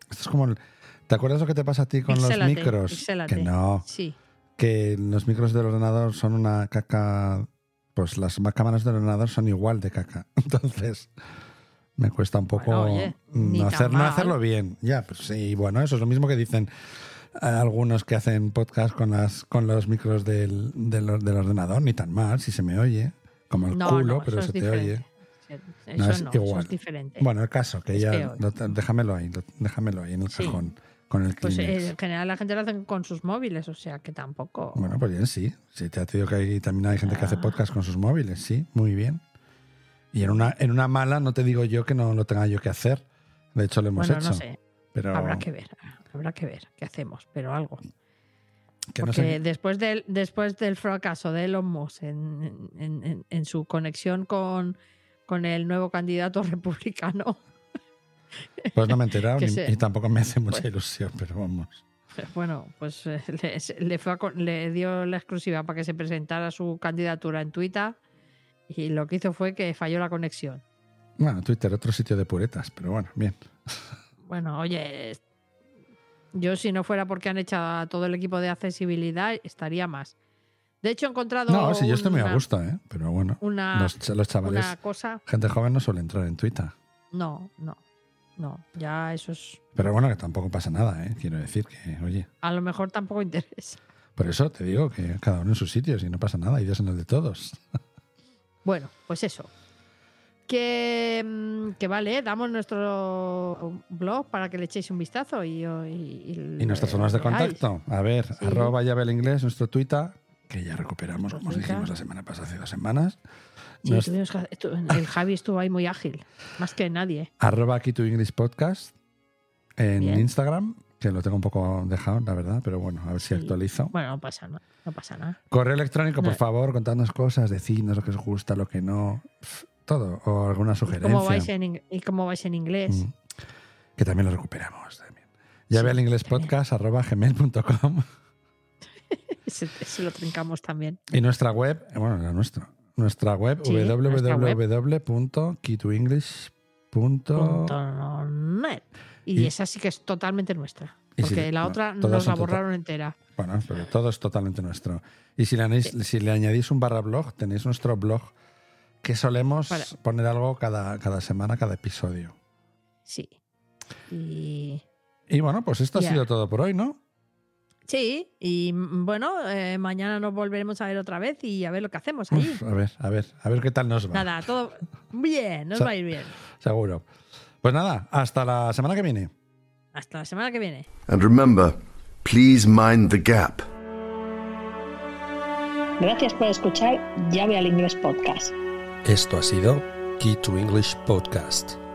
[SPEAKER 5] Esto es como. el- ¿Te acuerdas lo que te pasa a ti con
[SPEAKER 2] Pixélate,
[SPEAKER 5] los micros?
[SPEAKER 2] pixélate.
[SPEAKER 5] Que no.
[SPEAKER 2] Sí.
[SPEAKER 5] que los micros del ordenador son una caca. Pues las ma- cámaras del ordenador son igual de caca. Entonces, me cuesta un poco
[SPEAKER 2] Bueno, oye,
[SPEAKER 5] mm,
[SPEAKER 2] ni tan
[SPEAKER 5] hacer- no
[SPEAKER 2] mal.
[SPEAKER 5] hacerlo bien. Ya, pues sí, bueno, eso es lo mismo que dicen eh, algunos que hacen podcast con las con los micros del, del or- del ordenador, ni tan mal, si se me oye. Como el
[SPEAKER 2] No,
[SPEAKER 5] culo,
[SPEAKER 2] no,
[SPEAKER 5] pero
[SPEAKER 2] eso
[SPEAKER 5] se
[SPEAKER 2] es
[SPEAKER 5] te oye.
[SPEAKER 2] diferente. Eso
[SPEAKER 5] No,
[SPEAKER 2] no,
[SPEAKER 5] es
[SPEAKER 2] eso
[SPEAKER 5] igual.
[SPEAKER 2] es diferente.
[SPEAKER 5] Bueno, el caso, que
[SPEAKER 2] Es
[SPEAKER 5] ya.
[SPEAKER 2] peor.
[SPEAKER 5] lo te- déjamelo ahí, lo- déjamelo ahí en el
[SPEAKER 2] Sí.
[SPEAKER 5] cajón, con el
[SPEAKER 2] pues
[SPEAKER 5] Kleenex.
[SPEAKER 2] eh, en general la gente lo hace con sus móviles, o sea que tampoco.
[SPEAKER 5] Bueno, pues bien, sí. Sí, te ha dicho que hay, también hay gente que hace
[SPEAKER 2] Ah.
[SPEAKER 5] podcast con sus móviles, sí, muy bien. Y en una, en una mala no te digo yo que no lo tenga yo que hacer. De hecho, lo hemos
[SPEAKER 2] Bueno,
[SPEAKER 5] hecho.
[SPEAKER 2] no sé.
[SPEAKER 5] pues Pero
[SPEAKER 2] Habrá que ver. Habrá que ver qué hacemos, pero algo.
[SPEAKER 5] que no
[SPEAKER 2] Porque
[SPEAKER 5] sé-
[SPEAKER 2] después, del, después del fracaso de Elon Musk en, en- en- en su conexión con, con el nuevo candidato republicano,
[SPEAKER 5] Pues no me he enterado
[SPEAKER 2] que
[SPEAKER 5] ni-
[SPEAKER 2] se-
[SPEAKER 5] y tampoco me hace mucha
[SPEAKER 2] Pues-
[SPEAKER 5] ilusión, pero vamos.
[SPEAKER 2] bueno, pues eh, le, se- le fue a co- le dio la exclusiva para que se presentara su candidatura en Twitter y lo que hizo fue que falló la conexión.
[SPEAKER 5] Bueno, Twitter, otro sitio de puretas, pero bueno, bien.
[SPEAKER 2] Bueno, oye, es- yo si no fuera porque han echado a todo el equipo de accesibilidad, estaría más. De hecho, he encontrado.
[SPEAKER 5] No, si yo estoy muy a
[SPEAKER 2] una-
[SPEAKER 5] gusto, ¿eh? Pero bueno,
[SPEAKER 2] Una,
[SPEAKER 5] los, ch- los chavales,
[SPEAKER 2] una cosa.
[SPEAKER 5] gente joven no suele entrar en Twitter.
[SPEAKER 2] No, no. No, ya eso es.
[SPEAKER 5] Pero bueno, que tampoco pasa nada, ¿eh? Quiero decir que, oye,
[SPEAKER 2] A lo mejor tampoco interesa.
[SPEAKER 5] por eso te digo que cada uno en sus sitios y no pasa nada, y Dios en el de todos.
[SPEAKER 2] Bueno, pues eso. Que, mm, que vale, damos nuestro blog para que le echéis un vistazo y, y, y
[SPEAKER 5] Y nuestras
[SPEAKER 2] le-
[SPEAKER 5] formas de
[SPEAKER 2] le leáis.
[SPEAKER 5] contacto. A ver,
[SPEAKER 2] Eh, Sí.
[SPEAKER 5] arroba llave al inglés, nuestro Twitter, que ya recuperamos, como os
[SPEAKER 2] Twitter.
[SPEAKER 5] dijimos la semana pasada, hace dos semanas.
[SPEAKER 2] Sí,
[SPEAKER 5] Nos-
[SPEAKER 2] tuvimos que- estu- el Javi estuvo ahí muy ágil, más que nadie.
[SPEAKER 5] Arroba aquí tu English podcast en
[SPEAKER 2] Bien.
[SPEAKER 5] Instagram, que lo tengo un poco dejado, la verdad, pero bueno, a ver si
[SPEAKER 2] Sí.
[SPEAKER 5] actualizo.
[SPEAKER 2] Bueno, no pasa nada, no pasa nada.
[SPEAKER 5] Correo electrónico, por
[SPEAKER 2] No.
[SPEAKER 5] favor, contadnos cosas, decidnos lo que os gusta, lo que no, pf, todo, o alguna
[SPEAKER 2] ¿Y
[SPEAKER 5] sugerencia.
[SPEAKER 2] cómo, vais en, ing- ¿Y cómo vais en inglés?
[SPEAKER 5] Mm. Que también lo recuperamos también. Llave
[SPEAKER 2] Sí,
[SPEAKER 5] al inglés
[SPEAKER 2] también.
[SPEAKER 5] podcast, arroba gmail.com.
[SPEAKER 2] Se, se lo trincamos también.
[SPEAKER 5] Y nuestra web, eh, bueno, la nuestra. Nuestra web
[SPEAKER 2] Sí, nuestra web.
[SPEAKER 5] www.kituenglish.com.
[SPEAKER 2] Punto net. Y,
[SPEAKER 5] Y-
[SPEAKER 2] esa sí que es totalmente nuestra.
[SPEAKER 5] Y si-
[SPEAKER 2] Porque la
[SPEAKER 5] no,
[SPEAKER 2] otra
[SPEAKER 5] todas
[SPEAKER 2] nos
[SPEAKER 5] son
[SPEAKER 2] la
[SPEAKER 5] total-
[SPEAKER 2] borraron entera.
[SPEAKER 5] Bueno, pero todo es totalmente nuestro. Y si le, añadís, si le añadís un barra blog, tenéis nuestro blog que solemos
[SPEAKER 2] Para-
[SPEAKER 5] poner algo cada, cada semana, cada episodio.
[SPEAKER 2] Sí. Y.
[SPEAKER 5] Y bueno, pues esto
[SPEAKER 2] Ya.
[SPEAKER 5] ha sido todo por hoy, ¿no?
[SPEAKER 2] Sí, y mm, bueno, eh, mañana nos volveremos a ver otra vez y a ver lo que hacemos allí.
[SPEAKER 5] Uf, a ver, a ver, a ver qué tal nos va.
[SPEAKER 2] Nada, todo bien, nos
[SPEAKER 5] Sa-
[SPEAKER 2] va a ir bien.
[SPEAKER 5] Seguro. Pues nada, hasta la semana que viene.
[SPEAKER 2] Hasta la semana que viene.
[SPEAKER 6] And remember, please mind the gap.
[SPEAKER 4] Gracias por escuchar Llave al Inglés Podcast.
[SPEAKER 7] Esto ha sido Key to English Podcast.